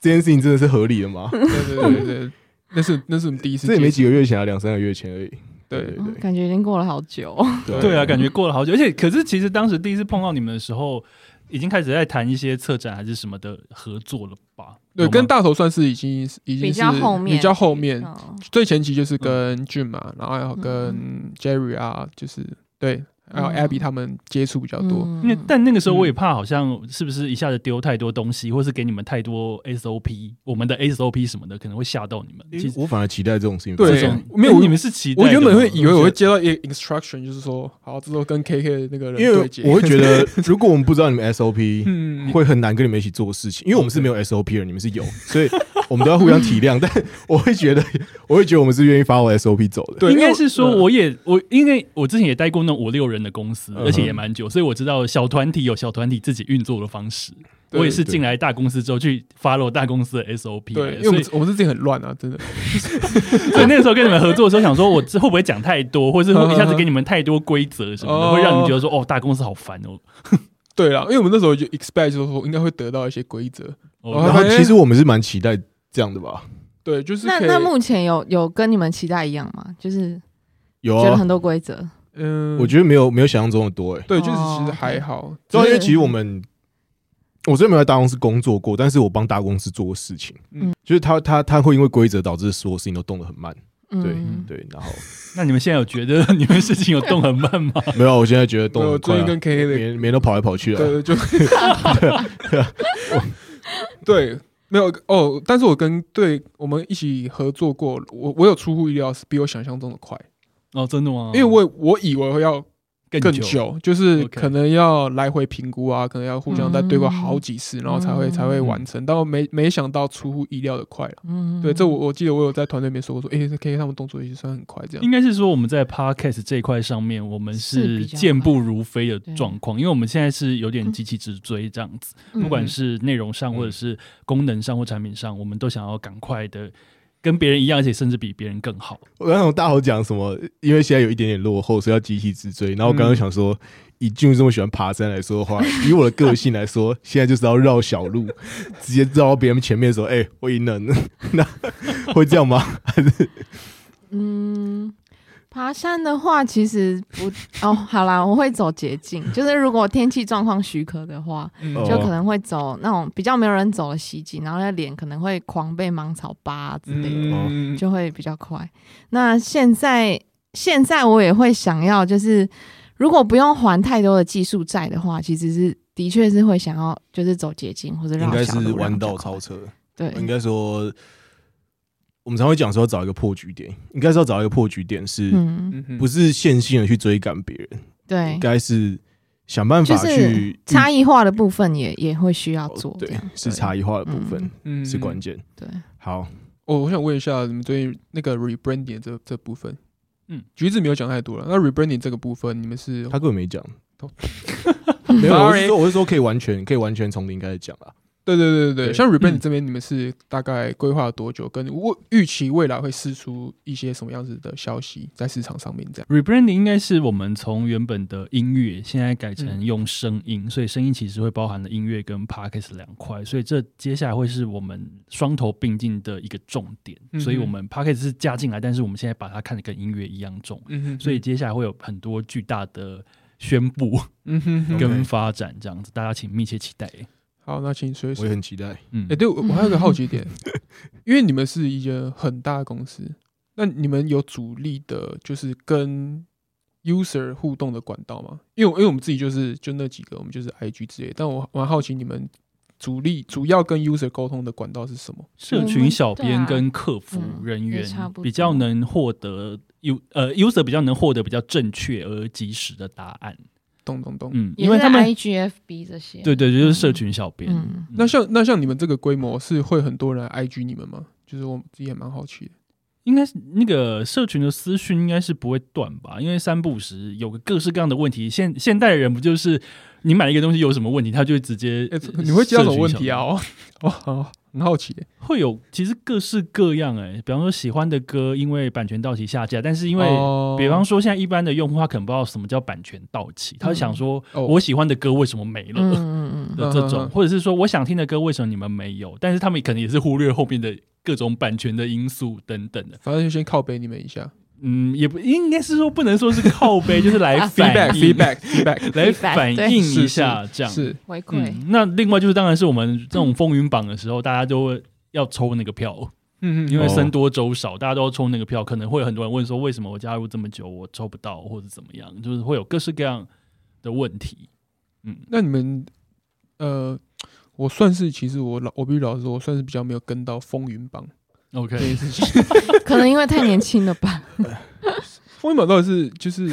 [SPEAKER 3] 这件事情真的是合理的吗？
[SPEAKER 6] 对对对对，那是那是我们第一次，
[SPEAKER 3] 这也没几个月前啊，两三个月前而已。
[SPEAKER 6] 对
[SPEAKER 3] 嗯
[SPEAKER 5] 哦感觉已经过了好久。
[SPEAKER 3] 对
[SPEAKER 4] 对啊，感觉过了好久，而且可是其实当时第一次碰到你们的时候，已经开始在谈一些策展还是什么的合作了吧？
[SPEAKER 6] 对，
[SPEAKER 4] 有吗
[SPEAKER 6] 跟大头算是已经已经
[SPEAKER 5] 比较后面，
[SPEAKER 6] 比较后面，
[SPEAKER 5] 哦
[SPEAKER 6] 最前期就是跟俊嘛，然后还有跟 Jerry 啊，就是对，还有
[SPEAKER 5] 嗯
[SPEAKER 6] Abby 他们接触比较多。
[SPEAKER 5] 嗯
[SPEAKER 4] 因为但那个时候我也怕，好像是不是一下子丢太多东西，或是给你们太多 SOP，我们的 SOP 什么的，可能会吓到你们。
[SPEAKER 3] 因
[SPEAKER 4] 其
[SPEAKER 3] 为
[SPEAKER 4] 实
[SPEAKER 3] 我反而期待这种事情。
[SPEAKER 6] 对
[SPEAKER 4] 这种
[SPEAKER 6] 没有
[SPEAKER 4] 哎你们是期待
[SPEAKER 6] 我
[SPEAKER 4] 的吗，
[SPEAKER 6] 原本会以为我
[SPEAKER 4] 觉
[SPEAKER 6] 会接到一个 instruction，就是说，好，之后跟 KK 的那个人
[SPEAKER 3] 因
[SPEAKER 6] 对
[SPEAKER 3] 为
[SPEAKER 6] 接。
[SPEAKER 3] 我会觉 得，如果我们不知道你们 SOP，
[SPEAKER 6] 嗯，
[SPEAKER 3] 会很难跟你们一起做事情，因为我们是没有 SOP 的，你们是有，所以我们都要互相体谅。但我会觉得，我会觉得我们是愿意 follow SOP 走的。
[SPEAKER 6] 对
[SPEAKER 4] 应
[SPEAKER 6] 因
[SPEAKER 4] 该
[SPEAKER 6] 为嗯
[SPEAKER 4] 是说，我也我因为我之前也待过那种五六人的公司，
[SPEAKER 3] 嗯哼
[SPEAKER 4] 而且也蛮久，所以我知道小团体有小团体自己运作的方式。
[SPEAKER 6] 对
[SPEAKER 4] 我也是
[SPEAKER 3] 对
[SPEAKER 4] 进来大公司之后去 follow 大公司的 SOP，
[SPEAKER 6] 对，
[SPEAKER 4] 的
[SPEAKER 6] 因为我
[SPEAKER 4] 所以
[SPEAKER 6] 们我们是自己很乱啊，真的。
[SPEAKER 4] 所以那个时候跟你们合作的时候，想说我这会不会讲太多，或是
[SPEAKER 6] 嗯
[SPEAKER 4] 会不会一下子给你们太多规则什么的，
[SPEAKER 6] 哦
[SPEAKER 4] 会让你觉得说哦，大公司好烦哦。
[SPEAKER 6] 对啦，因为我们那时候就 expect 就是说应该会得到一些规则，
[SPEAKER 4] 哦
[SPEAKER 6] 哦
[SPEAKER 3] 然后其实我们是蛮期待这样的吧？
[SPEAKER 6] 对，就是
[SPEAKER 5] 那
[SPEAKER 6] 可以
[SPEAKER 5] 那目前有有跟你们期待一样吗？就是
[SPEAKER 3] 有
[SPEAKER 5] 觉得
[SPEAKER 3] 啊，
[SPEAKER 5] 很多规则，
[SPEAKER 6] 嗯，
[SPEAKER 3] 我觉得没有没有想象中的多哎。
[SPEAKER 6] 对，就是
[SPEAKER 5] 哦
[SPEAKER 6] 其实还好，
[SPEAKER 3] 主要因为
[SPEAKER 5] 是
[SPEAKER 3] 其实我们，我虽然没有在大公司工作过，但是我帮大公司做过事情。
[SPEAKER 6] 嗯
[SPEAKER 3] 嗯，就是他他他会因为规则导致所有事情都动得很慢。对
[SPEAKER 5] 嗯，
[SPEAKER 3] 对，然后
[SPEAKER 4] 那你们现在有觉得 你们事情有动很慢吗？
[SPEAKER 3] 没有，我现在觉得动
[SPEAKER 6] 对
[SPEAKER 3] 得
[SPEAKER 6] 我
[SPEAKER 3] 很快
[SPEAKER 6] 最
[SPEAKER 3] 啊
[SPEAKER 6] 近，跟 KK 的
[SPEAKER 3] 每人每人都跑来跑去啊。
[SPEAKER 6] 对，就 对，没有哦。但是我跟对我们一起合作过，我我有出乎意料，是比我想象中的快，
[SPEAKER 4] 哦，真的
[SPEAKER 3] 嗯
[SPEAKER 4] 吗？
[SPEAKER 6] 因为我我以为会要
[SPEAKER 4] 更
[SPEAKER 6] 更
[SPEAKER 4] 久，
[SPEAKER 6] 久，就是可
[SPEAKER 4] OK
[SPEAKER 6] 能要来回评估啊，可能要互相再对过好几次，然后才会
[SPEAKER 5] 嗯
[SPEAKER 6] 才会完成。但我没没想到出乎意料的快了。
[SPEAKER 5] 嗯
[SPEAKER 6] 对，这我我记得我有在团队里面说过，说诶，KK 他们动作也算很快这样
[SPEAKER 4] 应。该是说我们在 podcast 这一块上面，我们
[SPEAKER 5] 是
[SPEAKER 4] 是
[SPEAKER 5] 比较
[SPEAKER 4] 健步如飞的状况，因为我们现在是有点急起直追这样子，
[SPEAKER 5] 嗯
[SPEAKER 4] 不管是内容
[SPEAKER 6] 嗯
[SPEAKER 4] 上或者是功能上或产品上，我们都想要赶快的跟别人一样，而且甚至比别人更好。
[SPEAKER 6] 嗯
[SPEAKER 3] 我刚刚大吼讲什么？因为现在有一点点落后，所以要集体直追。然后我刚刚想说，以俊这么喜欢爬山来说的话，以我的个性来说，现在就是要绕小路，直接绕到别人前面的时候，哎，我赢了。 那会这样吗？
[SPEAKER 5] 嗯，爬山的话其实 不哦，好啦，我会走捷径，就是如果天气状况许可的话，
[SPEAKER 6] 嗯
[SPEAKER 3] 哦
[SPEAKER 5] 就可能会走那种比较没有人走的袭击，然后那脸可能会狂被芒草拔啊之类的，
[SPEAKER 6] 嗯，
[SPEAKER 5] 就会比较快。那现在现在我也会想要，就是如果不用还太多的技术债的话，其实是的确是会想要就是走捷径或者绕
[SPEAKER 3] 应该
[SPEAKER 5] 小
[SPEAKER 3] 是
[SPEAKER 5] 路
[SPEAKER 3] 弯
[SPEAKER 5] 让
[SPEAKER 3] 道
[SPEAKER 5] 比较快
[SPEAKER 3] 超车。
[SPEAKER 5] 对，
[SPEAKER 3] 应该说，我们常会讲说要找一个破局点，应该是要找一个破局点是，
[SPEAKER 5] 嗯，
[SPEAKER 6] 嗯哼
[SPEAKER 3] 不是线性的去追赶别人，
[SPEAKER 5] 对
[SPEAKER 3] 应，该是想办法
[SPEAKER 5] 就是
[SPEAKER 3] 去预
[SPEAKER 5] 差异化的部分也也会需要做，这
[SPEAKER 3] 哦对
[SPEAKER 5] 样，
[SPEAKER 3] 是差异化的部分、
[SPEAKER 6] 嗯
[SPEAKER 3] 是关。键。
[SPEAKER 5] 对，
[SPEAKER 3] 好，
[SPEAKER 6] 哦，我想问一下你们对于那个 rebranding 这这部分，
[SPEAKER 4] 嗯，
[SPEAKER 6] 橘子没有讲太多了。那 rebranding 这个部分，你们是
[SPEAKER 3] 他根本没讲
[SPEAKER 6] 都。
[SPEAKER 3] 没有，我是
[SPEAKER 6] Sorry
[SPEAKER 3] 说，我是说可以完全可以完全从零开始讲啦。
[SPEAKER 6] 对对对对对，
[SPEAKER 3] 对
[SPEAKER 6] 像 rebranding
[SPEAKER 4] 嗯
[SPEAKER 6] 这边，你们是大概规划多久？跟我预期未来会释出一些什么样子的消息在市场上面？这样，
[SPEAKER 4] Rebranding 应该是我们从原本的音乐，现在改成
[SPEAKER 6] 嗯
[SPEAKER 4] 用声音，所以声音其实会包含了音乐跟 podcast 两块，所以这接下来会是我们双头并进的一个重点。
[SPEAKER 6] 嗯哼
[SPEAKER 4] 所以我们 podcast 是加进来，但是我们现在把它看得跟音乐一样重，
[SPEAKER 6] 嗯哼
[SPEAKER 4] 所以，接下来会有很多巨大的宣布
[SPEAKER 6] 嗯哼哼
[SPEAKER 3] OK
[SPEAKER 4] 跟发展，这样子大家请密切期待。
[SPEAKER 6] 好，那请随
[SPEAKER 3] 我也
[SPEAKER 6] 时。
[SPEAKER 3] 很期待。
[SPEAKER 4] 嗯，
[SPEAKER 6] 哎，对我我还有个好 奇点，因为你们是一个很大的公司，那你们有主力的，就是跟 user 互动的管道吗？因为我因为我们自己就是就那几个，我们就是 IG 之类，但我蛮好奇你们主力主要跟 user 沟通的管道是什么？
[SPEAKER 4] 社
[SPEAKER 5] 我
[SPEAKER 4] 群
[SPEAKER 5] 们
[SPEAKER 4] 小
[SPEAKER 5] 对
[SPEAKER 4] 编
[SPEAKER 5] 啊
[SPEAKER 4] 跟客服人
[SPEAKER 5] 嗯也
[SPEAKER 4] 员
[SPEAKER 5] 差不多
[SPEAKER 4] 比较能获得 u 呃 user 比较能获得比较正确而及时的答案，
[SPEAKER 6] 咚咚咚。
[SPEAKER 4] 嗯，
[SPEAKER 5] 也
[SPEAKER 4] 因为
[SPEAKER 5] 是
[SPEAKER 4] 他们
[SPEAKER 5] IGFB 这些，
[SPEAKER 4] 对对，就是社群小编。
[SPEAKER 5] 嗯
[SPEAKER 6] 那像那像你们这个规模是会很多人来 IG 你们吗？就是我自己也蛮好奇的。
[SPEAKER 4] 应该是那个社群的私讯应该是不会断吧？因为三不五时有个各式各样的问题，现现代人不就是你买一个东西有什么问题，他就会直接、
[SPEAKER 6] 哎、你会接到什么问题
[SPEAKER 4] 社群小
[SPEAKER 6] 啊？
[SPEAKER 4] 编？
[SPEAKER 6] 哦，哦，好很好奇耶。
[SPEAKER 4] 会有其实各式各样哎、比方说喜欢的歌因为版权到期下架，但是因为
[SPEAKER 6] 哦
[SPEAKER 4] 比方说，现在一般的用户他可能不知道什么叫版权到期，他就想说，
[SPEAKER 6] 哦
[SPEAKER 4] 我喜欢的歌为什么没了、
[SPEAKER 5] 嗯嗯嗯
[SPEAKER 4] 的这
[SPEAKER 6] 嗯嗯嗯
[SPEAKER 4] 种，或者是说我想听的歌为什么你们没有？但是他们可能也是忽略后面的各种版权的因素等等的。
[SPEAKER 6] 反正就先靠背你们一下
[SPEAKER 4] 嗯，也不应该是说不能说是靠背，就是 来
[SPEAKER 6] feedback
[SPEAKER 4] 反应
[SPEAKER 6] feedback feedback
[SPEAKER 4] 来
[SPEAKER 5] feedback，
[SPEAKER 4] 反
[SPEAKER 5] 对
[SPEAKER 4] 映
[SPEAKER 6] 是
[SPEAKER 4] 一下这样。嗯
[SPEAKER 6] 是
[SPEAKER 5] 回馈，
[SPEAKER 4] 嗯，那另外就是，当然是我们这种风云榜的时候，大家都会要抽那个票。
[SPEAKER 6] 嗯
[SPEAKER 4] 因为
[SPEAKER 3] 哦
[SPEAKER 4] 僧多粥少，大家都要抽那个票，可能会有很多人问说，为什么我加入这么久我抽不到，或者怎么样，就是会有各式各样的问题。嗯，
[SPEAKER 6] 那你们，呃，我算是其实我老我必须老实说，我算是比较没有跟到风云榜
[SPEAKER 4] OK，
[SPEAKER 6] 这件事 情。
[SPEAKER 5] 可能因为太年轻了 吧。
[SPEAKER 6] 风云榜到底是 就是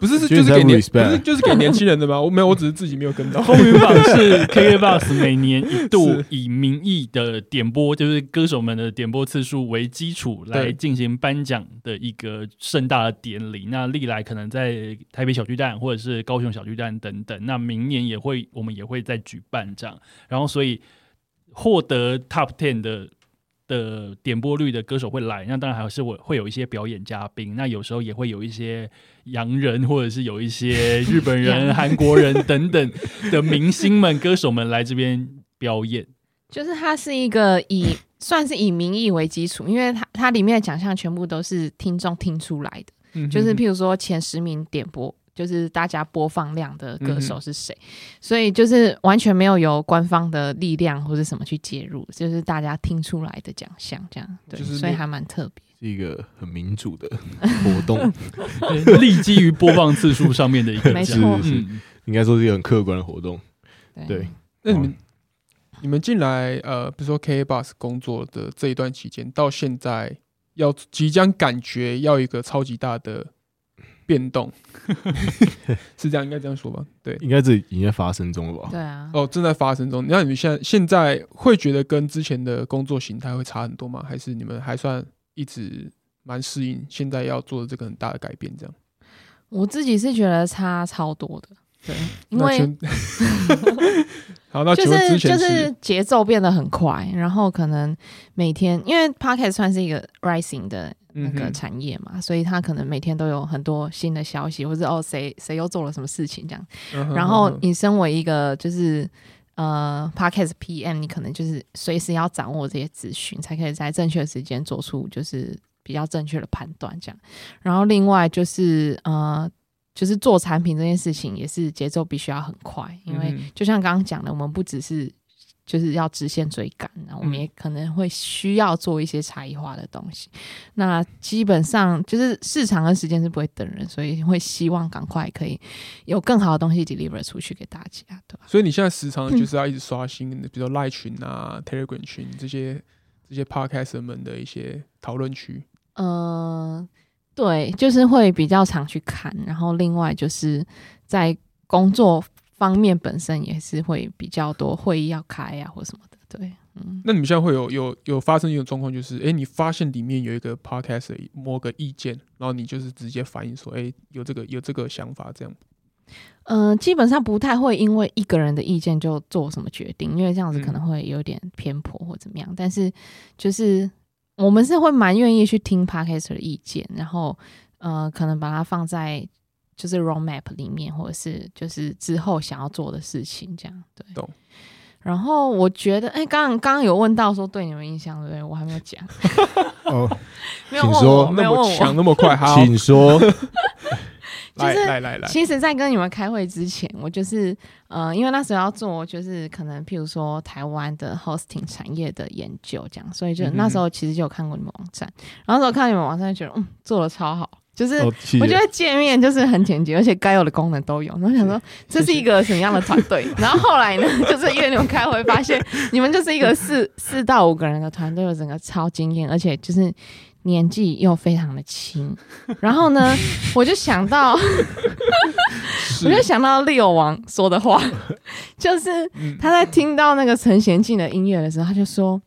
[SPEAKER 6] 不是是
[SPEAKER 3] 觉得你
[SPEAKER 6] 就是
[SPEAKER 3] 在
[SPEAKER 6] 给年
[SPEAKER 3] respect
[SPEAKER 6] 不是就是给年轻人的吗？我没有，我只是自己没有跟到。
[SPEAKER 4] 风云榜是 KKBOX 每年一度
[SPEAKER 6] 是
[SPEAKER 4] 以名义的点播，就是歌手们的点播次数为基础来
[SPEAKER 6] 对
[SPEAKER 4] 进行颁奖的一个盛大的典礼。那历来可能在台北小巨蛋或者是高雄小巨蛋等等，那明年也会我们也会再举办这样。然后所以获得 Top Ten 的。的点播率的歌手会来，那当然还是我会有一些表演嘉宾，那有时候也会有一些洋人或者是有一些日本
[SPEAKER 5] 洋
[SPEAKER 4] 人、
[SPEAKER 5] 人
[SPEAKER 4] 韩国人等等的明星们、歌手们来这边表 演。
[SPEAKER 5] 就是它是一个以算是以民意为基础，因为它它里面的奖项全部都是听众听出来的，
[SPEAKER 6] 嗯哼
[SPEAKER 5] 就是譬如说前十名点播。就是大家播放量的
[SPEAKER 6] 嗯
[SPEAKER 5] 歌手是谁，所以就是完全没有由官方的力量或者什么去介入，就是大家听出来的奖项这样，对，
[SPEAKER 6] 就是
[SPEAKER 5] 所以
[SPEAKER 6] 没
[SPEAKER 5] 还蛮特别。
[SPEAKER 3] 是一个很民主的活动，
[SPEAKER 4] 立基于播放次数上面的一个
[SPEAKER 5] 没
[SPEAKER 4] 奖。
[SPEAKER 5] 错
[SPEAKER 3] 是是，
[SPEAKER 4] 嗯，
[SPEAKER 3] 应该说是一个很客观的活动。对，
[SPEAKER 6] 那你们你们进来呃，比如说 K Bus 工作的这一段期间，到现在要即将感觉要一个超级大的 变动，是这样应该这样说吧？对，
[SPEAKER 3] 应该这已经在发生中了吧？
[SPEAKER 5] 对啊，
[SPEAKER 6] 哦，正在发生中。那你们现在现在会觉得跟之前的工作形态会差很多吗？还是你们还算一直蛮适应现在要做的这个很大的改变？这样，
[SPEAKER 5] 我自己是觉得差超多的， 对，因
[SPEAKER 6] 那
[SPEAKER 5] 为
[SPEAKER 6] 请好，那
[SPEAKER 5] 就
[SPEAKER 6] 请问之
[SPEAKER 5] 是就
[SPEAKER 6] 前
[SPEAKER 5] 是节奏变得很快，然后可能每天因为 podcast 算是一个 rising 的那
[SPEAKER 6] 嗯
[SPEAKER 5] 个
[SPEAKER 6] 哼
[SPEAKER 5] 产业嘛，所以他可能每天都有很多新的消息，或者哦谁谁又做了什么事情这样。
[SPEAKER 6] 嗯哼
[SPEAKER 5] 然后
[SPEAKER 6] 嗯哼
[SPEAKER 5] 你身为一个就是呃 podcast PM，你可能就是随时要掌握这些资讯，才可以在正确的时间做出就是比较正确的判断这样。然后另外就是呃。就是做产品这件事情也是节奏必须要很快，因为
[SPEAKER 6] 嗯哼
[SPEAKER 5] 就像刚刚讲的，我们不只是就是要直线追赶，那我们
[SPEAKER 6] 嗯
[SPEAKER 5] 也可能会需要做一些差异化的东西。那基本上就是市场跟时间是不会等人，所以会希望赶快可以有更好的东西 deliver 出去给大家，对吧？
[SPEAKER 6] 所以你现在时常
[SPEAKER 5] 嗯
[SPEAKER 6] 就是要一直刷新，比如说赖群啊、Telegram 群这些这些 Podcast 们的一些讨论区。
[SPEAKER 5] 嗯、对，就是会比较常去看，然后另外就是在工作方面本身也是会比较多会议要开啊或什么的，对，嗯。
[SPEAKER 6] 那你们现在会有有有发生一种状况，就是哎、诶你发现里面有一个 Podcast 的某个意见，然后你就是直接反映说，哎、有这个有这个想法这样。
[SPEAKER 5] 嗯、基本上不太会因为一个人的意见就做什么决定，因为这样子
[SPEAKER 6] 嗯
[SPEAKER 5] 可能会有点偏颇或怎么样。但是就是我们是会蛮愿意去听 podcaster 的意见，然后呃，可能把它放在就是 roadmap 里面，或者是就是之后想要做的事情这样。对，
[SPEAKER 6] 懂
[SPEAKER 5] 然后我觉得，哎、刚刚刚刚有问到说对你们印象对不对？我还没有 讲，
[SPEAKER 3] 哦，
[SPEAKER 5] 没有
[SPEAKER 3] 请
[SPEAKER 5] 问
[SPEAKER 3] 说
[SPEAKER 5] 我，没
[SPEAKER 6] 那
[SPEAKER 5] 有问
[SPEAKER 6] 么强，
[SPEAKER 5] 我。
[SPEAKER 6] 那么快，好，
[SPEAKER 3] 请说。
[SPEAKER 6] 来
[SPEAKER 5] 就是
[SPEAKER 6] 来来来，
[SPEAKER 5] 其实，在跟你们开会之前，我就是呃，因为那时候要做，就是可能譬如说台湾的 hosting 产业的研究这样，所以就
[SPEAKER 6] 嗯哼
[SPEAKER 5] 那时候其实就有看过你们网站，然后那时候看到你们网站就觉得，嗯，做的超好，就是
[SPEAKER 3] 哦，谢
[SPEAKER 5] 我觉
[SPEAKER 3] 谢。
[SPEAKER 5] 得界面就是很简洁，而且该有的功能都有。然后想说这是一个什么样的团队？然后后来呢，就是因为你们开会发现，你们就是一个四 四到五个人的团队，我整个超惊艳，而且就是年纪又非常的轻。然后呢， 我就想到，我就想到利友王说的话，就是
[SPEAKER 6] 嗯
[SPEAKER 5] 他在听到那个陈贤进的音乐的时候，他就说，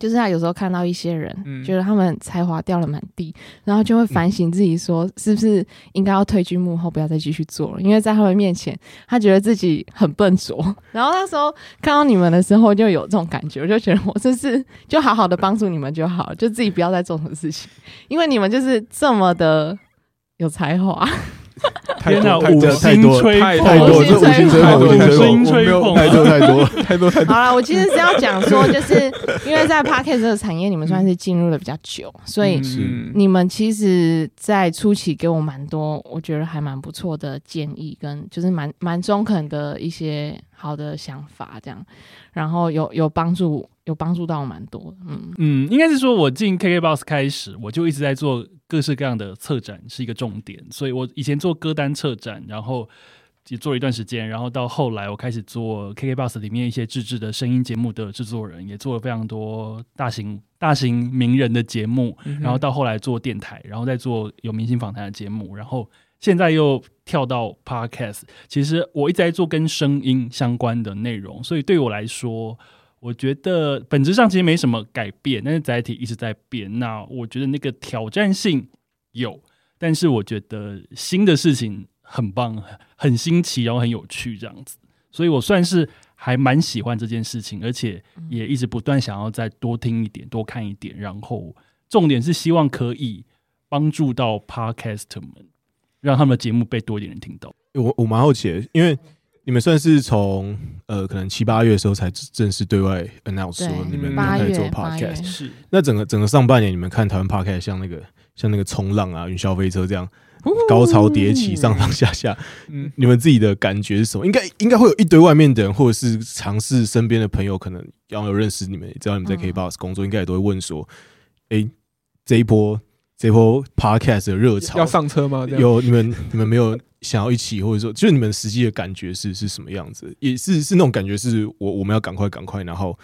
[SPEAKER 5] 就是他有时候看到一些人，
[SPEAKER 6] 嗯
[SPEAKER 5] 觉得他们才华掉了满地，然后就会反省自己说，是不是应该要退居幕后，不要再继续做了？因为在他们面前，他觉得自己很笨拙。然后那时候看到你们的时候，就有这种感觉，我就觉得我这是 就好好的帮助你们就好，就自己不要再做什么事情，因为你们就是这么的有才华。
[SPEAKER 6] 太
[SPEAKER 4] 天哪，
[SPEAKER 6] 多
[SPEAKER 4] 五
[SPEAKER 6] 太多
[SPEAKER 3] 太
[SPEAKER 4] 星
[SPEAKER 3] 多
[SPEAKER 4] 吹
[SPEAKER 6] 太
[SPEAKER 3] 太
[SPEAKER 4] 捧
[SPEAKER 3] 多，这
[SPEAKER 5] 五
[SPEAKER 3] 五星
[SPEAKER 5] 星
[SPEAKER 3] 吹捧，
[SPEAKER 6] 吹
[SPEAKER 3] 五星吹
[SPEAKER 6] 捧
[SPEAKER 3] 捧，我
[SPEAKER 4] 五星吹捧
[SPEAKER 3] 没有太多太多。
[SPEAKER 6] 太多太多，
[SPEAKER 5] 好了，我其实是要讲说，就是因为在 p a r k e t 这个产业，你们算是进入的比较久，所以
[SPEAKER 3] 是
[SPEAKER 6] 嗯
[SPEAKER 5] 你们其实，在初期给我蛮多，我觉得还蛮不错的建议，跟就是蛮蛮中肯的一些好的想法，这样，然后有有帮助有帮助到我蛮多的。嗯，
[SPEAKER 4] 嗯，应该是说，我进 KKBOX 开始，我就一直在做各式各样的策展，是一个重点。所以我以前做歌单策展，然后也做了一段时间，然后到后来我开始做 KKBOX 里面一些自制的声音节目的制作人，也做了非常多大型 大型名人的节目，
[SPEAKER 6] 嗯哼
[SPEAKER 4] 然后到后来做电台，然后再做有明星访谈的节目，然后现在又跳到 podcast。其实我一直在做跟声音相关的内容，所以对我来说，我觉得本质上其实没什么改变，但是载体一直在变。那我觉得那个挑战性有，但是我觉得新的事情很棒，很新奇，然后很有趣这样子。所以我算是还蛮喜欢这件事情，而且也一直不断想要再多听一点、多看一点，然后重点是希望可以帮助到 podcast 们，让他们的节目被多一点人听到。
[SPEAKER 3] 我我蛮好奇的，因为你们算是从呃可能七八月的时候才正式对外 announce
[SPEAKER 5] 对
[SPEAKER 3] 说你们
[SPEAKER 6] 嗯
[SPEAKER 5] 八
[SPEAKER 3] 开始做
[SPEAKER 5] 月八月
[SPEAKER 3] podcast。
[SPEAKER 4] 是，
[SPEAKER 3] 那整个整个上半年，你们看台湾 podcast 像那个像那个冲浪啊、云霄飞车这样高潮迭起、上上下下，
[SPEAKER 6] 嗯，
[SPEAKER 3] 你们自己的感觉是什么？应该应该会有一堆外面的人，或者是尝试身边的朋友，可能要有认识你们，只要你们在
[SPEAKER 5] 嗯
[SPEAKER 3] KBox 工作，应该也都会问说：“哎、这一波这一波 podcast 的热潮
[SPEAKER 6] 要上车哦吗？这样
[SPEAKER 3] 有你们，你们没有想要一起，或者说，就是你们实际的感觉是是什么样子？也是是那种感觉，是我我们要赶快赶快，然后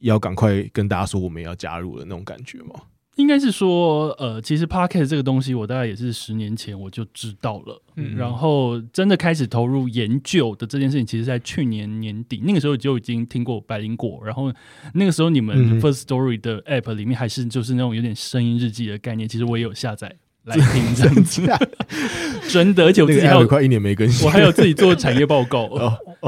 [SPEAKER 3] 要赶快跟大家说我们也要加入的那种感觉吗？
[SPEAKER 4] 应该是说，呃，其实 podcast 这个东西，我大概也是十年前我就知道了，
[SPEAKER 6] 嗯
[SPEAKER 4] 然后真的开始投入研究的这件事情，其实在去年年底，那个时候就已经听过百灵果，然后那个时候你
[SPEAKER 3] 嗯
[SPEAKER 4] 们 First Story 的 app 里面还是就是那种有点声音日记的概念，其实我也有下载来听这样子， 真的，而且我
[SPEAKER 3] 那
[SPEAKER 4] 自
[SPEAKER 3] 个
[SPEAKER 4] 己还有
[SPEAKER 3] app 快一年没更新，
[SPEAKER 4] 我还有自己做产业报告，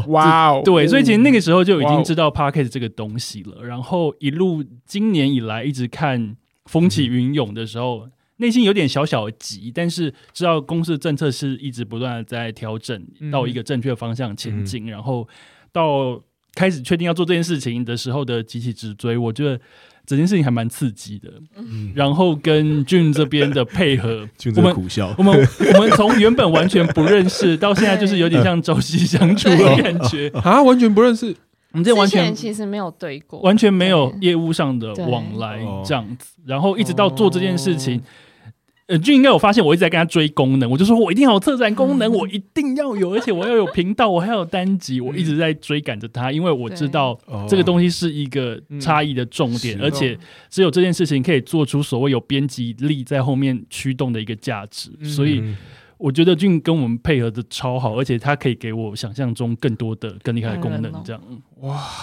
[SPEAKER 6] 哇哦，
[SPEAKER 4] 对，所以其实那个时候就已
[SPEAKER 6] 哇哦
[SPEAKER 4] 经知道 Pocket 这个东西了。然后一路今年以来一直看风起
[SPEAKER 6] 嗯
[SPEAKER 4] 云涌的时候，内心有点小小的急，但是知道公司的政策是一直不断的在调整
[SPEAKER 6] 嗯
[SPEAKER 4] 到一个正确的方向前进，然后到开始确定要做这件事情的时候的集体直追，我觉得。整件事情还蛮刺激的，
[SPEAKER 3] 嗯，
[SPEAKER 4] 然后跟俊这边的配 合
[SPEAKER 3] 就真
[SPEAKER 4] 我
[SPEAKER 3] 的
[SPEAKER 4] 们
[SPEAKER 3] 苦笑
[SPEAKER 4] 我。们我们从原本完全不认识，到现在就是有点像朝夕相处的感觉。
[SPEAKER 6] 啊，完全不认识，
[SPEAKER 4] 我们
[SPEAKER 5] 之
[SPEAKER 4] 这完全
[SPEAKER 5] 前其实没有对过，
[SPEAKER 4] 完全没有
[SPEAKER 5] 对
[SPEAKER 4] 业务上的往来
[SPEAKER 3] 对哦
[SPEAKER 4] 这样子，然后一直到做这件事
[SPEAKER 5] 哦
[SPEAKER 4] 情。呃，俊应该有发现，我一直在跟他追功能，我就说我一定要有策展功能，
[SPEAKER 5] 嗯
[SPEAKER 4] 我一定要有，而且我要有频道，我还要有单集，我一
[SPEAKER 5] 嗯
[SPEAKER 4] 直在追赶着他，因为我知道
[SPEAKER 3] 哦
[SPEAKER 4] 这个东西是一个差异的重点，
[SPEAKER 3] 嗯
[SPEAKER 4] 而且只有这件事情可以做出所谓有编辑力在后面驱动的一个价值，
[SPEAKER 6] 嗯
[SPEAKER 4] 所以
[SPEAKER 3] 嗯
[SPEAKER 4] 我觉得俊跟我们配合的超好，而且他可以给我想象中更多的更厉害的功
[SPEAKER 5] 感人
[SPEAKER 4] 能
[SPEAKER 5] 哦，
[SPEAKER 4] 这样。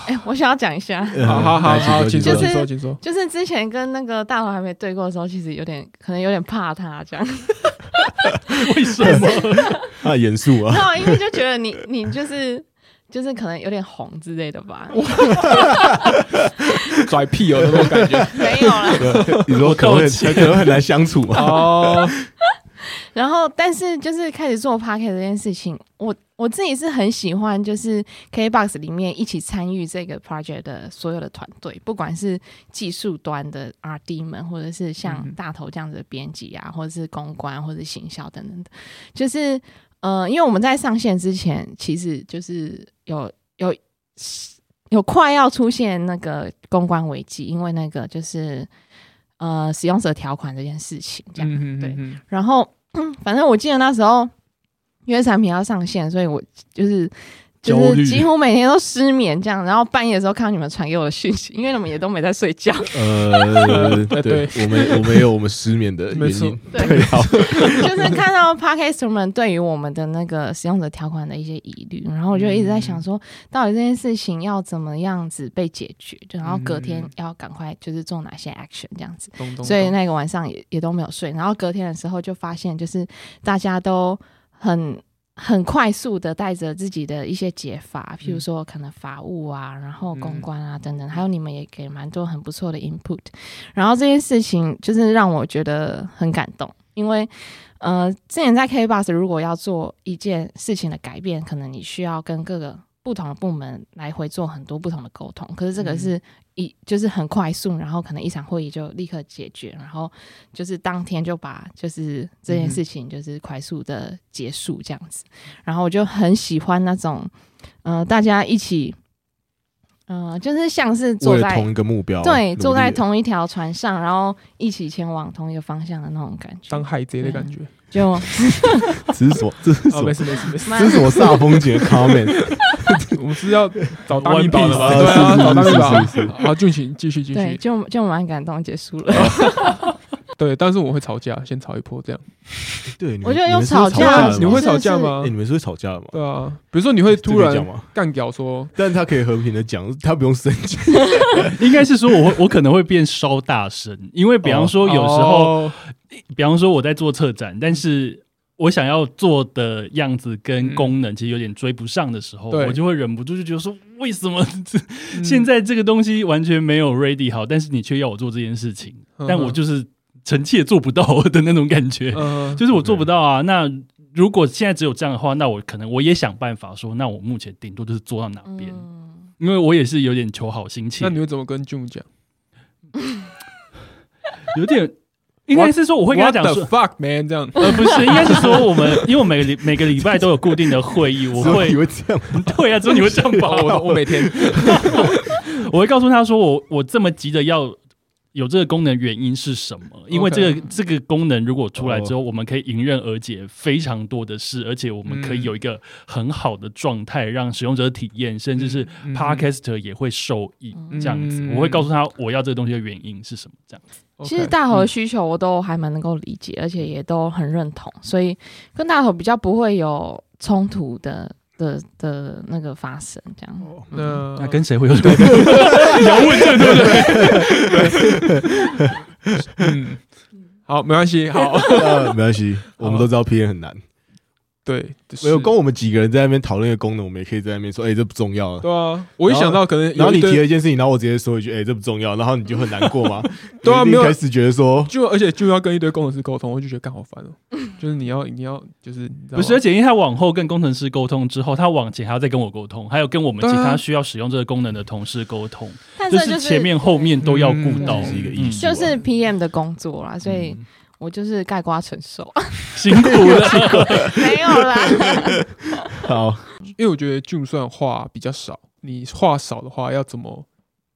[SPEAKER 5] 哎、我想要讲一下，
[SPEAKER 3] 呃
[SPEAKER 6] 好 好好好，
[SPEAKER 3] 来请
[SPEAKER 6] 请
[SPEAKER 3] 说
[SPEAKER 5] 就
[SPEAKER 6] 说，请
[SPEAKER 5] 是
[SPEAKER 6] 说，请说。
[SPEAKER 5] 就是之前跟那个大头还没对过的时候，其实有点可能有点怕他这样，
[SPEAKER 4] 为什么？
[SPEAKER 3] 啊，严肃啊，
[SPEAKER 5] 然后因为就觉得你你就是就是可能有点红之类的吧，
[SPEAKER 6] 拽屁哦，那 种感觉
[SPEAKER 5] 没有啦。
[SPEAKER 3] 你说可能会可能很难相处啊嘛？
[SPEAKER 6] 哦，
[SPEAKER 5] 然后，但是就是开始做 p o c a s t 这件事情，我我自己是很喜欢，就是 KBox 里面一起参与这个 project 的所有的团队，不管是技术端的 RD 们，或者是像
[SPEAKER 6] 嗯
[SPEAKER 5] 大头这样子的编辑啊，或者是公关或者是行销等等的，就是呃，因为我们在上线之前，其实就是有有有快要出现那个公关危机，因为那个就是呃使用者条款这件事情，这样。
[SPEAKER 6] 嗯
[SPEAKER 5] 对
[SPEAKER 6] 嗯
[SPEAKER 5] 然后 反正我记得那时候因为产品要上线，所以我就是。就
[SPEAKER 3] 焦虑
[SPEAKER 5] 是几乎每天都失眠这样，然后半夜的时候看到你们传给我的讯息，因为你们也都没在睡觉，
[SPEAKER 3] 呃，
[SPEAKER 6] 哎
[SPEAKER 3] 对，我们我们也有我们失眠的呃原
[SPEAKER 6] 没错
[SPEAKER 3] 因，
[SPEAKER 5] 对
[SPEAKER 3] 对，好，
[SPEAKER 5] 就是看到 podcast 们对于我们的那个使用者条款的一些疑虑，然后我就一直在想说，到底这件事情要怎么样子被解决，就然后隔天
[SPEAKER 6] 嗯
[SPEAKER 5] 要赶快就是做哪些 action 这样子。
[SPEAKER 6] 懂懂。
[SPEAKER 5] 所以
[SPEAKER 6] 懂
[SPEAKER 5] 那个晚上也也都没有睡。然后隔天的时候就发现，就是大家都很很快速的带着自己的一些解法，譬如说可能法务啊，然后公关啊等等，还有你们也给蛮多很不错的 input。然后这件事情就是让我觉得很感动，因为。呃，之前在 KBox 如果要做一件事情的改变，可能你需要跟各个不同的部门来回做很多不同的沟通。可是这个
[SPEAKER 6] 嗯
[SPEAKER 5] 是一、就是很快速，然后可能一场会议就立刻解决，然后就是当天就把就是这
[SPEAKER 3] 嗯
[SPEAKER 5] 件事情就是快速的结束这样子。然后我就很喜欢那种，呃，大家一起嗯，就是像是坐
[SPEAKER 3] 为了
[SPEAKER 5] 在
[SPEAKER 3] 同一个目标，啊
[SPEAKER 5] 对坐
[SPEAKER 3] 努
[SPEAKER 5] 在
[SPEAKER 3] 力
[SPEAKER 5] 同一条船上，然后一起前往同一个方向的那种感觉，
[SPEAKER 6] 当海贼的感觉。
[SPEAKER 5] 就
[SPEAKER 3] 这是什么？这是什
[SPEAKER 6] 哦，没
[SPEAKER 3] 么？
[SPEAKER 6] 事没事没事，
[SPEAKER 5] 蛮
[SPEAKER 3] 这是什么煞风景的 comment？
[SPEAKER 6] 我们是要找大 密
[SPEAKER 2] One
[SPEAKER 6] 宝
[SPEAKER 2] Piece
[SPEAKER 6] 的吧？
[SPEAKER 3] 啊
[SPEAKER 6] 对啊，
[SPEAKER 3] 是
[SPEAKER 6] 找大密宝
[SPEAKER 3] 是是是。
[SPEAKER 6] 好，俊行继续继
[SPEAKER 5] 对，
[SPEAKER 6] 续。
[SPEAKER 5] 就就蛮感动，结束了。
[SPEAKER 6] 对，但是我会吵架，先吵一波这样。
[SPEAKER 3] 对，你们
[SPEAKER 5] 我觉得
[SPEAKER 3] 你
[SPEAKER 5] 用
[SPEAKER 3] 们是
[SPEAKER 5] 吵
[SPEAKER 3] 会
[SPEAKER 5] 架
[SPEAKER 3] 的吗，
[SPEAKER 6] 你会吵架
[SPEAKER 3] 哎
[SPEAKER 6] 吗
[SPEAKER 3] 你？们是会吵架的吗？
[SPEAKER 6] 对啊，比如说你会
[SPEAKER 3] 这
[SPEAKER 6] 突
[SPEAKER 3] 可以讲
[SPEAKER 6] 然
[SPEAKER 3] 吗？
[SPEAKER 6] 干掉说，
[SPEAKER 3] 但他可以和平的讲，他不用生气。
[SPEAKER 4] 应该是说我会我可能会变稍大声，因为比方说有时候，
[SPEAKER 6] 哦
[SPEAKER 4] 比方说我在做策展，但是我想要做的样子跟
[SPEAKER 6] 嗯
[SPEAKER 4] 功能其实有点追不上的时候，
[SPEAKER 6] 对嗯
[SPEAKER 4] 我就会忍不住就觉得说，为什么 嗯现在这个东西完全没有 ready 好，但是你却要我做这件事情，
[SPEAKER 6] 嗯
[SPEAKER 4] 但我就是臣妾做不到的那种感觉，
[SPEAKER 6] 嗯
[SPEAKER 4] 就是我做不到啊。那如果现在只有这样的话，那我可能我也想办法说，那我目前顶多就是做到哪边，
[SPEAKER 5] 嗯，
[SPEAKER 4] 因为我也是有点求好心切
[SPEAKER 6] 那，你会怎么跟 June 讲？
[SPEAKER 4] 有点 应该是说我
[SPEAKER 6] 我
[SPEAKER 4] 会跟他讲说
[SPEAKER 6] t。fuck man 这样。
[SPEAKER 4] 呃，不是，应该是说我们，因为我每个礼每个礼拜都有固定的会议，我
[SPEAKER 3] 所以
[SPEAKER 4] 会
[SPEAKER 3] 你会这样，
[SPEAKER 4] 对啊，之后你会这样吧？
[SPEAKER 6] 哦，我我 每天
[SPEAKER 4] 我会告诉他说我，我这么急的要有这个功能，原因是什么？因为
[SPEAKER 6] OK
[SPEAKER 4] 这个这个功能如果出来之后，我们可以迎刃而解非常多的事，而且我们可以
[SPEAKER 6] 嗯
[SPEAKER 4] 有一个很好的状态，让使用者体验，甚至是
[SPEAKER 6] 嗯
[SPEAKER 4] podcaster 也会受益。
[SPEAKER 5] 嗯
[SPEAKER 4] 这样子，
[SPEAKER 6] 嗯
[SPEAKER 4] 我会告诉他我要这个东西的原因是什么。这样，
[SPEAKER 5] 其实
[SPEAKER 6] OK
[SPEAKER 5] 大头的需求我都还蛮能够理解，而且也都很认同，所以跟大头比较不会有冲突的的的那个发生，这样。
[SPEAKER 6] 哦
[SPEAKER 5] 嗯
[SPEAKER 6] 那
[SPEAKER 4] 那跟 谁会有冲突？嗯啊你要问这个对不对？
[SPEAKER 6] 嗯，好，没 关系，好，
[SPEAKER 3] 呃没关系，我们都知道 P N 很难。
[SPEAKER 6] 对，就是
[SPEAKER 3] 没有，光我们几个人在那边讨论一个功能，我们也可以在那边说，哎，这不重要啊。
[SPEAKER 6] 对啊，我一想到可能有一
[SPEAKER 3] 然后你
[SPEAKER 6] 堆
[SPEAKER 3] 提了一件事情，然后我直接说一句，哎，这不重要，然后你就很难过嘛。
[SPEAKER 6] 对
[SPEAKER 3] 你
[SPEAKER 6] 啊
[SPEAKER 3] 一定
[SPEAKER 6] 没有
[SPEAKER 3] 开始觉得说，
[SPEAKER 6] 就而且就要跟一堆工程师沟通，我就觉得干好烦哦、就是你要你要就是
[SPEAKER 3] 啊
[SPEAKER 6] 你知
[SPEAKER 4] 不
[SPEAKER 6] 道吗
[SPEAKER 4] 是，而且因为他往后跟工程师沟通之后，他往前还要再跟我沟通，还有跟我们
[SPEAKER 6] 对啊
[SPEAKER 4] 其他需要使用这个功能的同事沟通。
[SPEAKER 5] 但
[SPEAKER 4] 就
[SPEAKER 5] 这就是
[SPEAKER 4] 前面后面都要顾到，
[SPEAKER 5] 嗯这是
[SPEAKER 3] 一个艺术
[SPEAKER 5] 就
[SPEAKER 3] 啊
[SPEAKER 5] 是 PM 的工作啦，所
[SPEAKER 4] 嗯
[SPEAKER 5] 以我就是盖瓜承受，
[SPEAKER 4] 辛苦了。
[SPEAKER 5] 没有啦。
[SPEAKER 3] 好，
[SPEAKER 6] 因为我觉得就算话比较少，你话少的话要怎么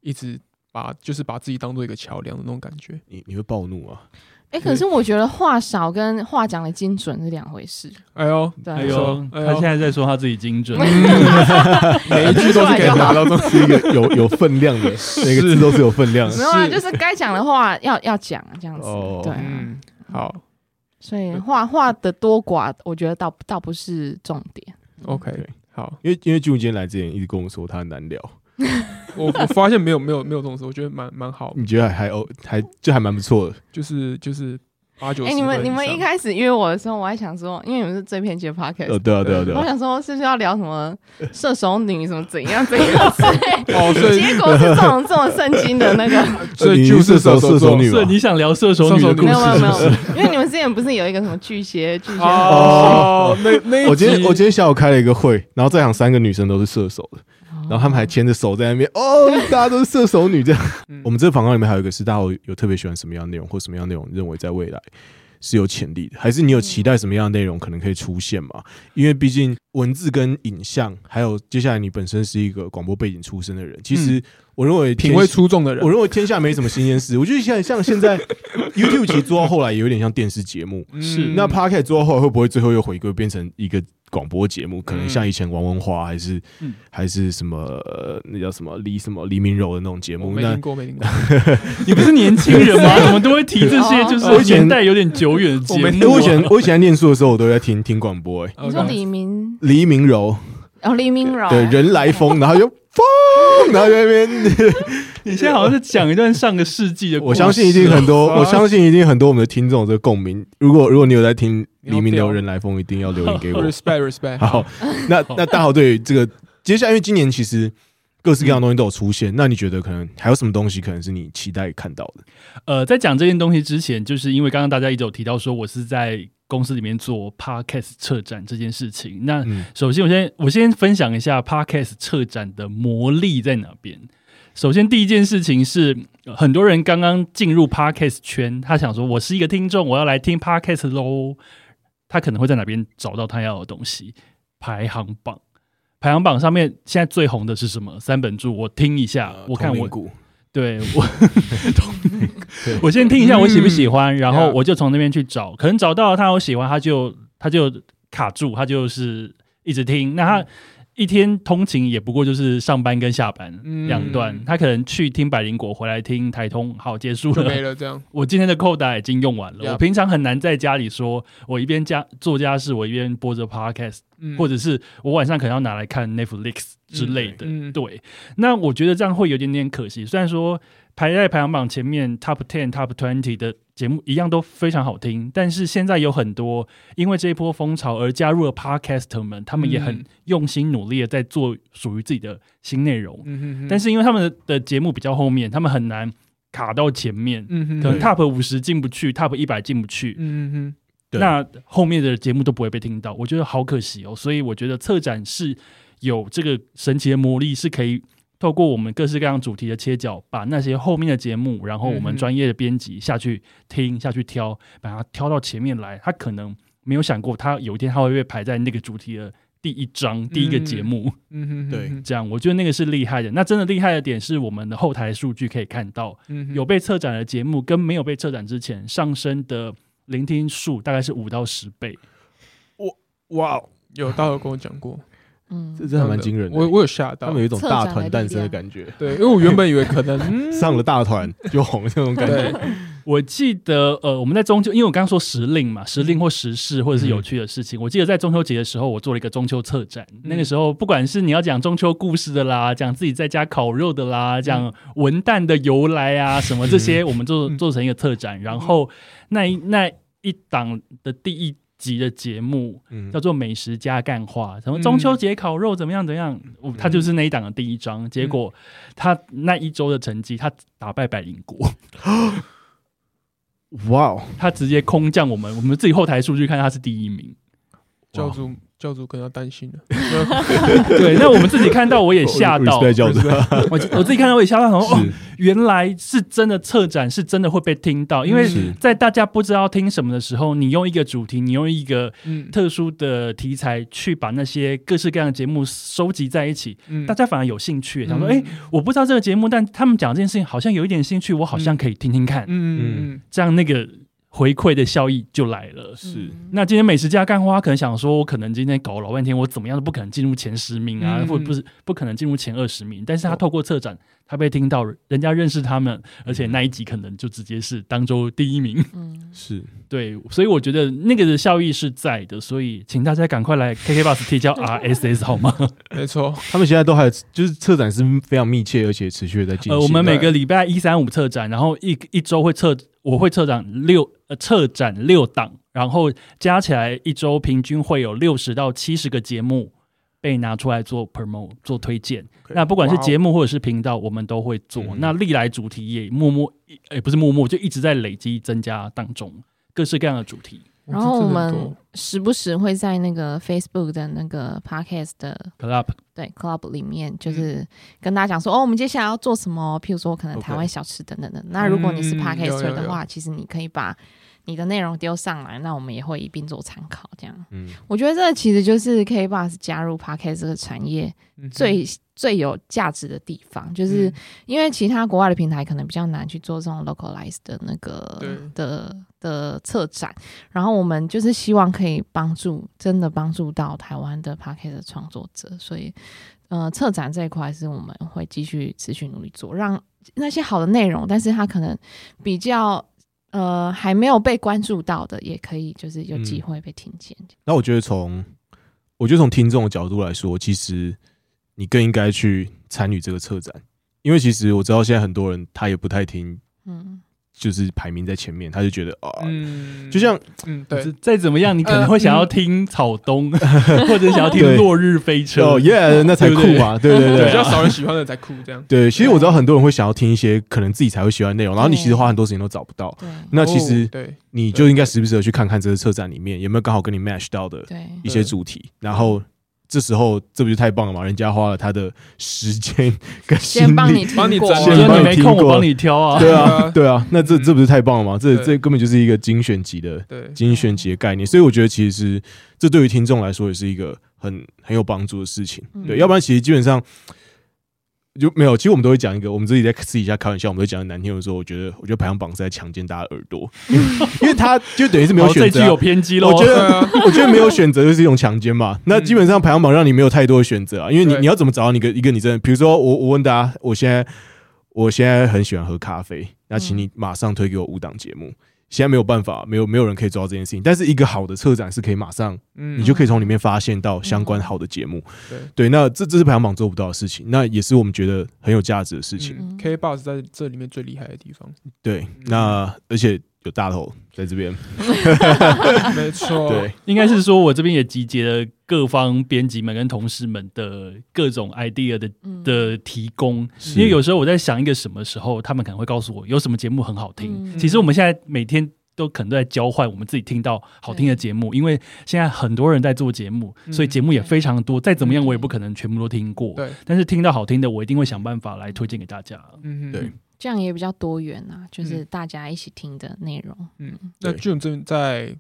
[SPEAKER 6] 一直把就是把自己当做一个桥梁的那种感觉？
[SPEAKER 3] 你你会暴怒啊？
[SPEAKER 5] 哎，可是我觉得话少跟话讲的精准是两回事，
[SPEAKER 6] 哎呦，
[SPEAKER 5] 对啊
[SPEAKER 4] 哎呦，
[SPEAKER 6] 哎呦
[SPEAKER 4] 他现在在说他自己精准，
[SPEAKER 5] 嗯
[SPEAKER 6] 每一句都是可以达到这种
[SPEAKER 3] 是一个有有分量的，每个字都是有分量的
[SPEAKER 5] 没。有啊， 就是该讲的话要要讲这样子
[SPEAKER 3] 哦，
[SPEAKER 5] 对啊，
[SPEAKER 6] 嗯，好
[SPEAKER 5] 所以话话的多寡，我觉得倒倒不是重点。
[SPEAKER 6] ，OK，好，
[SPEAKER 3] 因为因为俊今天来之前一直跟我说他很难聊，
[SPEAKER 6] 我我发现没有没有没有这种事，我觉得蛮蛮好，
[SPEAKER 3] 你觉得还还哦还就还蛮不错的。
[SPEAKER 6] 就是就是八九
[SPEAKER 5] 哎、
[SPEAKER 6] 十分
[SPEAKER 5] 你
[SPEAKER 6] 以上。
[SPEAKER 5] 们你们一开始约我的时候，我还想说，因为你们是最偏激的 podcast，、
[SPEAKER 3] 呃，对啊对啊对
[SPEAKER 5] 我
[SPEAKER 3] 啊，
[SPEAKER 5] 想说是不是要聊什么射手女什么怎样怎样之类的，
[SPEAKER 6] 哦， 所以
[SPEAKER 5] 结果是这种这种圣经的那个，
[SPEAKER 6] 所以
[SPEAKER 3] 你
[SPEAKER 6] 就是射
[SPEAKER 3] 射
[SPEAKER 6] 手
[SPEAKER 3] 手
[SPEAKER 6] 座
[SPEAKER 3] 手女
[SPEAKER 4] 是
[SPEAKER 3] 嘛？
[SPEAKER 4] 你想聊射手女的故
[SPEAKER 5] 没有没有没
[SPEAKER 4] 事？
[SPEAKER 5] 有，因为你们之前不是有一个什么巨蟹巨蟹，
[SPEAKER 6] 哦，那那一
[SPEAKER 3] 我今天
[SPEAKER 6] 集
[SPEAKER 3] 我今天下午开了一个会，然后在场三个女生都是射手的，然后她们还牵着手在那边，哦，大家都是射手女这样。
[SPEAKER 6] 嗯
[SPEAKER 3] 我们这个访纲里面还有一个是，大家有有特别喜欢什么样的内容，或什么样的内容认为在未来是有潜力的，还是你有期待什么样的内容可能可以出现嘛？因为毕竟文字跟影像，还有接下来你本身是一个广播背景出身的人，其实我认为
[SPEAKER 6] 品
[SPEAKER 3] 天
[SPEAKER 6] 味出众的人
[SPEAKER 3] 我，认为天下没什么新鲜事。我 觉得像像现在 YouTube 其实做到后来也有点像电视节目，
[SPEAKER 6] 嗯
[SPEAKER 4] 是
[SPEAKER 3] 那 Podcast 做到后来会不会最后又回归变成一个广播节目？可能像以前王文华还是、
[SPEAKER 4] 嗯
[SPEAKER 3] 还是什么、呃那叫什么李什么黎明柔的那种节
[SPEAKER 6] 我
[SPEAKER 3] 目？
[SPEAKER 6] 没
[SPEAKER 3] 那
[SPEAKER 6] 听过，没听过。
[SPEAKER 4] 你不是年轻人吗？怎么都会提这
[SPEAKER 5] 哦
[SPEAKER 4] 些，就
[SPEAKER 3] 我
[SPEAKER 4] 是
[SPEAKER 3] 以前
[SPEAKER 4] 年代有点久远的节
[SPEAKER 6] 我没
[SPEAKER 3] 因为
[SPEAKER 4] 目
[SPEAKER 3] 我以
[SPEAKER 4] 啊。
[SPEAKER 3] 前我以前在念书的时候，我都在听听广播、 欸，
[SPEAKER 5] 你说李明
[SPEAKER 3] 黎明柔
[SPEAKER 5] 哦黎明柔，
[SPEAKER 3] 对人来疯，然后就 疯，然后在那 边，
[SPEAKER 4] 你现在好像在讲一段上个世纪的故事，啊
[SPEAKER 3] 我相信一定很多，我相信一定很多我们的听众有这个共鸣。如果如果你有在听黎明柔人来疯，一定要留言给 我。
[SPEAKER 6] respect respect，
[SPEAKER 3] 好， 那那大豪对于这个接下来，因为今年其实各式各样的东西都有出现，那你觉得可能还有什么东西可能是你期待看到的？
[SPEAKER 4] 呃，在讲这件东西之前，就是因为刚刚大家一直有提到说我是在公司里面做 podcast 策展这件事情。那
[SPEAKER 3] 嗯，
[SPEAKER 4] 首先，我先我先分享一下 podcast 策展的魔力在哪边。首先，第一件事情是，呃很多人刚刚进入 podcast 圈，他想说，我是一个听众，我要来听 podcast 喽。他可能会在哪边找到他要的东西？排行榜。排行榜上面现在最红的是什么？三本柱，我听一下，啊我看我
[SPEAKER 3] 呃股
[SPEAKER 4] 对 我同我先听一下我喜不喜欢，然后
[SPEAKER 6] Yeah
[SPEAKER 4] 我就从那边去找，可能找到了他我喜欢，他就他就卡住，他就是一直听。那他一天通勤也不过就是上班跟下班
[SPEAKER 6] 嗯
[SPEAKER 4] 两段，他可能去听百灵果，回来听台通，好结束
[SPEAKER 6] 就
[SPEAKER 4] 了
[SPEAKER 6] 没。了这样。
[SPEAKER 4] 我今天的扣打已经用完了，
[SPEAKER 6] Yeah
[SPEAKER 4] 我平常很难在家里说，我一边家做家事，我一边播着 podcast，
[SPEAKER 6] 嗯
[SPEAKER 4] 或者是我晚上可能要拿来看 Netflix 之类的。
[SPEAKER 6] 嗯，
[SPEAKER 4] 对，那我觉得这样会有点点可惜。虽然说排在排行榜前面 top ten、top twenty 的节目一样都非常好听，但是现在有很多因为这一波风潮而加入了 podcaster 们，他们也很
[SPEAKER 6] 嗯
[SPEAKER 4] 用心努力的在做属于自己的新内容。
[SPEAKER 6] 嗯哼哼
[SPEAKER 4] 但，是因为他们的的节目比较后面，他们很难卡到前面，
[SPEAKER 6] 嗯哼，
[SPEAKER 4] 可能
[SPEAKER 6] 对，
[SPEAKER 4] top 五十进不去，top 一百进不去，
[SPEAKER 6] 嗯哼
[SPEAKER 3] 对
[SPEAKER 4] 那后面的节目都不会被听到，我觉得好可惜哦。所以我觉得策展是有这个神奇的魔力，是可以透过我们各式各样主题的切角，把那些后面的节目，然后我
[SPEAKER 6] 嗯
[SPEAKER 4] 们
[SPEAKER 6] 哼
[SPEAKER 4] 专业的编辑下去听、下去挑，把它挑到前面来。他可能没有想过，他有一天他会被排在那个主题的第一章、第一个节目。
[SPEAKER 6] 嗯哼哼，
[SPEAKER 3] 对
[SPEAKER 6] 嗯
[SPEAKER 4] 这样，我觉得那个是厉害的。那真的厉害的点是我们的后台数据可以看到，
[SPEAKER 6] 嗯哼哼
[SPEAKER 4] 有被策展的节目跟没有被策展之前上升的聆听数大概是五到十倍。
[SPEAKER 3] 哇哦，
[SPEAKER 6] 有，大家有跟我讲过，
[SPEAKER 5] 嗯
[SPEAKER 3] 这，真的蛮惊人的。
[SPEAKER 6] 我我有吓
[SPEAKER 3] 他
[SPEAKER 6] 到
[SPEAKER 3] 们，有一种
[SPEAKER 5] 策
[SPEAKER 3] 大
[SPEAKER 5] 展
[SPEAKER 3] 团
[SPEAKER 5] 的
[SPEAKER 3] 诞
[SPEAKER 5] 力
[SPEAKER 3] 生的
[SPEAKER 5] 量
[SPEAKER 3] 感觉，
[SPEAKER 6] 对，因为我原本以为可 能嗯
[SPEAKER 3] 上了大团就红那种感觉。
[SPEAKER 6] 对，
[SPEAKER 4] 我记得，呃，我们在中秋，因为我刚刚说时令嘛，时令或时事或者是
[SPEAKER 6] 嗯
[SPEAKER 4] 有趣的事情。我记得在中秋节的时候，我做了一个中秋策展。那
[SPEAKER 6] 嗯
[SPEAKER 4] 个时候，不管是你要讲中秋故事的啦，讲自己在家烤肉的啦，讲文旦的由来啊，什么这些，我们做
[SPEAKER 6] 嗯
[SPEAKER 4] 做成一个策展。然后那一那一档的第一集的节目，
[SPEAKER 3] 嗯
[SPEAKER 4] 叫，做美食加干话，什么中秋节烤肉怎么样怎么样，
[SPEAKER 3] 嗯
[SPEAKER 4] 我他就是那一档的第一章。结果他那一周的成绩，他打败百灵国，
[SPEAKER 3] 哇哦，
[SPEAKER 4] 他直接空降我们，我们自己后台数据看他是第一名。
[SPEAKER 6] 教主教主可能要担心了，
[SPEAKER 4] 对，那我们自己看到我也吓到，
[SPEAKER 3] 哦 respect 教主
[SPEAKER 4] 我我自己看到我也吓到，想说 哦，
[SPEAKER 3] 是
[SPEAKER 4] 原来是真的策展是真的会被听到，因为
[SPEAKER 3] 嗯是
[SPEAKER 4] 在大家不知道听什么的时候，你用一个主题，你用一个
[SPEAKER 6] 嗯，
[SPEAKER 4] 特殊的题材去把那些各式各样的节目收集在一起，
[SPEAKER 6] 嗯
[SPEAKER 4] 大家反而有兴趣，想说
[SPEAKER 6] 嗯
[SPEAKER 4] 哎。诶我不知道这个节目，但他们讲这件事情好像有一点兴趣，我好像可以听听看，
[SPEAKER 6] 嗯嗯
[SPEAKER 4] 这样那个回馈的效益就来了。
[SPEAKER 3] 是
[SPEAKER 5] 嗯
[SPEAKER 4] 那今天美食家干花可能想说，我可能今天搞老半天，我怎么样都不可能进入前十名啊，
[SPEAKER 6] 嗯
[SPEAKER 4] 或不是不可能进入前二十名。但是他透过策展，他被听到，人家认识他
[SPEAKER 6] 嗯
[SPEAKER 4] 们，而且那一集可能就直接是当周第一 名。
[SPEAKER 5] 嗯，
[SPEAKER 3] 是，
[SPEAKER 4] 对，所以我觉得那个的效益是在的，所以请大家赶快来 KKBox 提交 RSS 好吗？
[SPEAKER 6] 嗯，没错，
[SPEAKER 3] 他们现在都还就是策展是非常密切而且持续的在进行。
[SPEAKER 4] 呃，我们每个礼拜一、三、五策展，然后一一周会策，我会策展六呃策展六档，然后加起来一周平均会有六十到七十个节目被拿出来做 promo 做推荐。那不管是
[SPEAKER 6] 哇哦
[SPEAKER 4] 节目或者是频道，我们都会做。
[SPEAKER 3] 嗯
[SPEAKER 4] 那历来主题也默默，也不是默默，就一直在累积增加当中，各式各样的主题
[SPEAKER 5] 然后我
[SPEAKER 6] 哇这真的很
[SPEAKER 5] 们
[SPEAKER 6] 多
[SPEAKER 5] 时不时会在那个 Facebook 的那个 Podcast 的
[SPEAKER 4] club。
[SPEAKER 5] 对 club 里面，
[SPEAKER 6] 嗯
[SPEAKER 5] 就是跟大家讲说，哦，我们接下来要做什么，譬如说可能
[SPEAKER 3] OK
[SPEAKER 5] 台湾小吃等等等。那如果你是
[SPEAKER 6] 嗯
[SPEAKER 5] podcaster
[SPEAKER 6] 有有
[SPEAKER 5] 的话，其实你可以把你的内容丢上来，那我们也会一并做参考。这样，
[SPEAKER 3] 嗯，
[SPEAKER 5] 我觉得这其实就是 K Bus 加入 podcast 这个产业
[SPEAKER 6] 嗯哼
[SPEAKER 5] 最、最有价值的地方，就是
[SPEAKER 6] 嗯
[SPEAKER 5] 因为其他国外的平台可能比较难去做这种 localize 的那个
[SPEAKER 6] 对
[SPEAKER 5] 的的策展，然后我们就是希望可以帮助，真的帮助到台湾的 p a c k e t 的创作者，所以呃，策展这一块是我们会继续持续努力做，让那些好的内容，但是它可能比较。呃，还没有被关注到的，也可以就是有机
[SPEAKER 3] 嗯
[SPEAKER 5] 会被听见。
[SPEAKER 3] 那我觉得从我觉得从听众的角度来说，其实你更应该去参与这个策展，因为其实我知道现在很多人他也不太听，
[SPEAKER 5] 嗯，
[SPEAKER 3] 就是排名在前面，他就觉得啊，
[SPEAKER 6] 嗯，
[SPEAKER 3] 就像
[SPEAKER 6] 嗯对
[SPEAKER 4] 再，再怎么样，你可能会想要听草东， 或者想要听
[SPEAKER 3] 呃嗯对
[SPEAKER 4] 落日飞车。
[SPEAKER 3] 哦 耶，那才酷嘛，对对
[SPEAKER 6] 比
[SPEAKER 3] 对
[SPEAKER 6] 较少人喜欢的才酷这样，
[SPEAKER 3] 对，其实我知道很多人会想要听一些可能自己才会喜欢的内容，然后你其实花很多时间都找不到。
[SPEAKER 5] 对
[SPEAKER 3] 那其实
[SPEAKER 6] 哦对，
[SPEAKER 3] 你就应该时不时的去看看这个车展里面有没有刚好跟你 match 到的
[SPEAKER 5] 对，
[SPEAKER 3] 一些主题，然后这时候这不就太棒了嘛？人家花了他的时间跟心
[SPEAKER 5] 先帮你
[SPEAKER 3] 力，
[SPEAKER 5] 听
[SPEAKER 6] 帮你
[SPEAKER 5] 过，
[SPEAKER 6] 整
[SPEAKER 4] 我觉
[SPEAKER 3] 先
[SPEAKER 4] 得
[SPEAKER 3] 帮
[SPEAKER 4] 你
[SPEAKER 3] 你
[SPEAKER 4] 没
[SPEAKER 3] 听
[SPEAKER 4] 空，我
[SPEAKER 3] 过
[SPEAKER 4] 帮你挑啊。
[SPEAKER 3] 对
[SPEAKER 6] 对
[SPEAKER 3] 啊，
[SPEAKER 6] 啊
[SPEAKER 3] 对啊，那这
[SPEAKER 6] 嗯
[SPEAKER 3] 这不是太棒了吗？这
[SPEAKER 6] 对
[SPEAKER 3] 这根本就是一个精选集的
[SPEAKER 6] 对，
[SPEAKER 3] 精选集的概念，所以我觉得其实这对于听众来说也是一个很很有帮助的事情。
[SPEAKER 5] 嗯
[SPEAKER 3] 对，要不然其实基本上就没有。其实我们都会讲一个，我们自己在私底下开玩笑，我们都讲得难听的时候，我觉得我觉得排行榜是在强奸大家耳朵， 因为他就等于是没有
[SPEAKER 4] 好这
[SPEAKER 3] 选择
[SPEAKER 4] 句
[SPEAKER 3] 啊、
[SPEAKER 4] 有偏激喽。
[SPEAKER 3] 我觉得，我觉得没有选择就是一种强奸嘛。那基本上排行榜让你没有太多的选择啊，因为你
[SPEAKER 6] 对
[SPEAKER 3] 你要怎么找到你一个一个你真的，比如说我我问大家，我现在我现在很喜欢喝咖啡，那请你马上推给我五档节目。现在没有办法，没有没有人可以做到这件事情。但是一个好的策展是可以马上，
[SPEAKER 6] 嗯
[SPEAKER 3] 你就可以从里面发现到相关好的节目。
[SPEAKER 6] 对
[SPEAKER 3] 对，那这这是排行榜做不到的事情，那也是我们觉得很有价值的事情。
[SPEAKER 5] 嗯
[SPEAKER 6] K Box 在这里面最厉害的地 方，
[SPEAKER 3] 对，那而且有大头在这边，
[SPEAKER 6] 没错，
[SPEAKER 3] 对，
[SPEAKER 4] 应该是说我这边也集结了各方编辑们跟同事们的各种 idea 的
[SPEAKER 5] 嗯
[SPEAKER 4] 的提供，
[SPEAKER 3] 是
[SPEAKER 4] 因为有时候我在想一个什么时候，他们可能会告诉我有什么节目很好听。
[SPEAKER 5] 嗯
[SPEAKER 4] 其实我们现在每天都可能都在交换我们自己听到好听的节目，因为现在很多人在做节目，
[SPEAKER 6] 嗯
[SPEAKER 4] 所以节目也非常多。再怎么样，
[SPEAKER 5] 嗯
[SPEAKER 4] 我也不可能全部都听过。
[SPEAKER 6] 对，
[SPEAKER 4] 但是听到好听的，我一定会想办法来推荐给大家。
[SPEAKER 6] 嗯哼
[SPEAKER 3] 对
[SPEAKER 5] 这样也比较多元啊，就是大家一起听的内容。
[SPEAKER 6] 嗯，那
[SPEAKER 3] 对
[SPEAKER 6] June 正在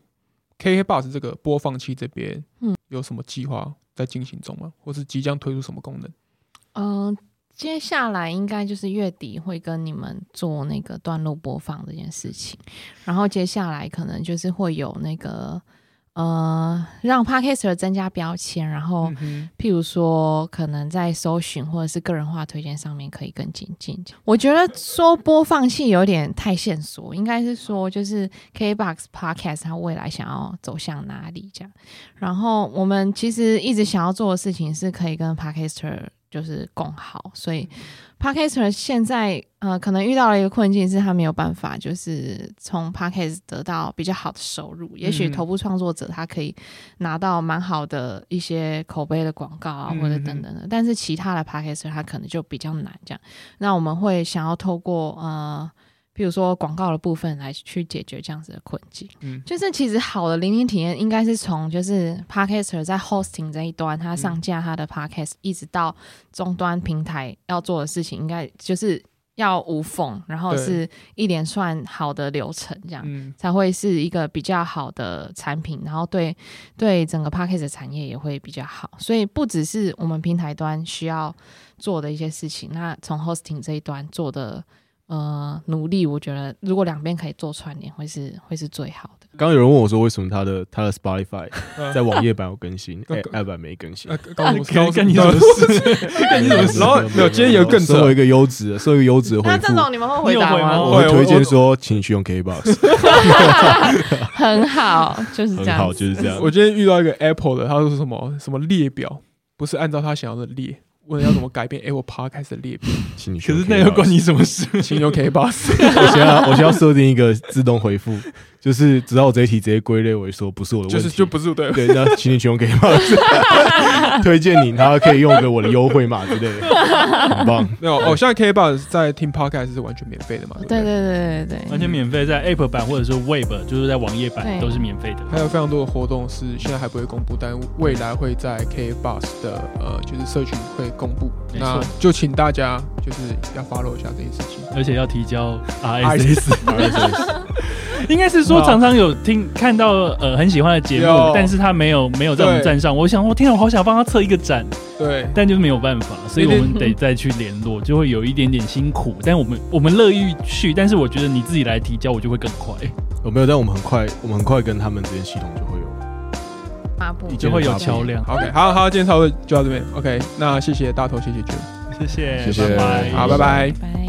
[SPEAKER 6] KK Box 这个播放器这边，
[SPEAKER 5] 嗯
[SPEAKER 6] 有什么计划在进行中吗？或是即将推出什么功能？
[SPEAKER 5] 嗯、接下来应该就是月底会跟你们做那个段落播放这件事情，然后接下来可能就是会有那个呃，让 podcaster 增加标签，然后
[SPEAKER 6] 嗯哼
[SPEAKER 5] 譬如说，可能在搜寻或者是个人化推荐上面可以更精进。我觉得说播放器有点太线索，应该是说就是 KBox Podcast 它未来想要走向哪里这样。然后我们其实一直想要做的事情是可以跟 Podcaster 就是共好，所以 Podcaster 现在呃可能遇到了一个困境是他没有办法就是从 Podcast 得到比较好的收入，也许
[SPEAKER 6] 嗯
[SPEAKER 5] 头部创作者他可以拿到蛮好的一些口碑的广告啊，
[SPEAKER 6] 嗯
[SPEAKER 5] 或者等等的。但是其他的 podcaster 它可能就比较难这样。那我们会想要透过呃，比如说广告的部分来去解决这样子的困境。
[SPEAKER 6] 嗯
[SPEAKER 5] 就是其实好的聆听体验应该是从就是 podcaster 在 hosting 这一端，他上架他的 podcast，、一直到终端平台要做的事情，应该就是要无缝，然后
[SPEAKER 6] 对
[SPEAKER 5] 是一连串好的流程这样。
[SPEAKER 6] 嗯，
[SPEAKER 5] 才会是一个比较好的产品，然后对对整个 p a c k a g e 产业也会比较好。所以不只是我们平台端需要做的一些事情，那从 hosting 这一端做的呃努力，我觉得如果两边可以做串联，会是会是最好的。
[SPEAKER 3] 刚刚有人问我说，为什么他的他的 Spotify
[SPEAKER 6] 嗯
[SPEAKER 3] 在网页版有更新哎
[SPEAKER 6] 嗯
[SPEAKER 3] ，App 版没更新哎
[SPEAKER 6] 呃，？告诉我，
[SPEAKER 4] 跟
[SPEAKER 6] 告诉
[SPEAKER 4] 跟你
[SPEAKER 6] 告
[SPEAKER 4] 什
[SPEAKER 6] 诉
[SPEAKER 4] 么
[SPEAKER 6] 干你什么事然后没有今天有更扯
[SPEAKER 3] 收一个优质的，收一个优质的回
[SPEAKER 5] 那这
[SPEAKER 3] 复。
[SPEAKER 5] 种你们会回
[SPEAKER 4] 你有
[SPEAKER 5] 答
[SPEAKER 4] 回吗
[SPEAKER 5] 吗？
[SPEAKER 3] 我会推荐说，请你去用 KBox，
[SPEAKER 5] 很好，就是这
[SPEAKER 3] 很
[SPEAKER 5] 样
[SPEAKER 3] 好，
[SPEAKER 5] 子。
[SPEAKER 3] 就是这样。
[SPEAKER 6] 我今天遇到一个 Apple 的，他说什么什么列表，不是按照他想要的列，问要怎么改变 Apple Podcast 的列表，
[SPEAKER 3] 请你去
[SPEAKER 4] 可
[SPEAKER 3] 用
[SPEAKER 4] 是
[SPEAKER 3] KBox
[SPEAKER 4] 那又关你什么事？
[SPEAKER 6] 请用 K Box。
[SPEAKER 3] 我先要 我先要设定一个自动回复，就是只要我这一题直接归类为说不是我的
[SPEAKER 6] 就
[SPEAKER 3] 问
[SPEAKER 6] 是
[SPEAKER 3] 题，
[SPEAKER 6] 就不是对，
[SPEAKER 3] 对。那请你去用 KBox，推荐你，他可以用个我的优惠码之类的，很棒。
[SPEAKER 6] 没有哦。现在 K Box 在听 Podcast 是完全免费的嘛？不
[SPEAKER 5] 对对对对对
[SPEAKER 4] 完全免费，在 App 版或者是 Web，就是在网页版
[SPEAKER 5] 对
[SPEAKER 4] 都是免费的。
[SPEAKER 6] 还有非常多的活动是现在还不会公布，但未来会在 K Box 的呃就是社群会公布。
[SPEAKER 4] 没错呃
[SPEAKER 6] 那就请大家就是要 follow 一下这件事情。
[SPEAKER 4] 而且要提交 RSS，
[SPEAKER 6] RSS
[SPEAKER 4] 应该是说
[SPEAKER 6] 哇
[SPEAKER 4] 常常有听看到呃很喜欢的节目
[SPEAKER 6] 有，
[SPEAKER 4] 但是他没有没有在我们
[SPEAKER 6] 对
[SPEAKER 4] 站上。我想，我天啊，我好想帮他测一个展，
[SPEAKER 6] 对，
[SPEAKER 4] 但就是没有办法，所以我们得再去联络，就会有一点点辛苦。但我们我们乐意去，但是我觉得你自己来提交，我就会更快，
[SPEAKER 3] 有哦没有？但我们很快，我们很快跟他们之间系统就会有。
[SPEAKER 5] 发布
[SPEAKER 3] 你
[SPEAKER 4] 就会有桥梁。
[SPEAKER 6] OK，好好，今天差不多就到这边。OK，那谢谢大头，谢谢君，
[SPEAKER 4] 谢谢，
[SPEAKER 3] 谢谢
[SPEAKER 4] 拜拜，
[SPEAKER 6] 好，拜拜。
[SPEAKER 5] 拜。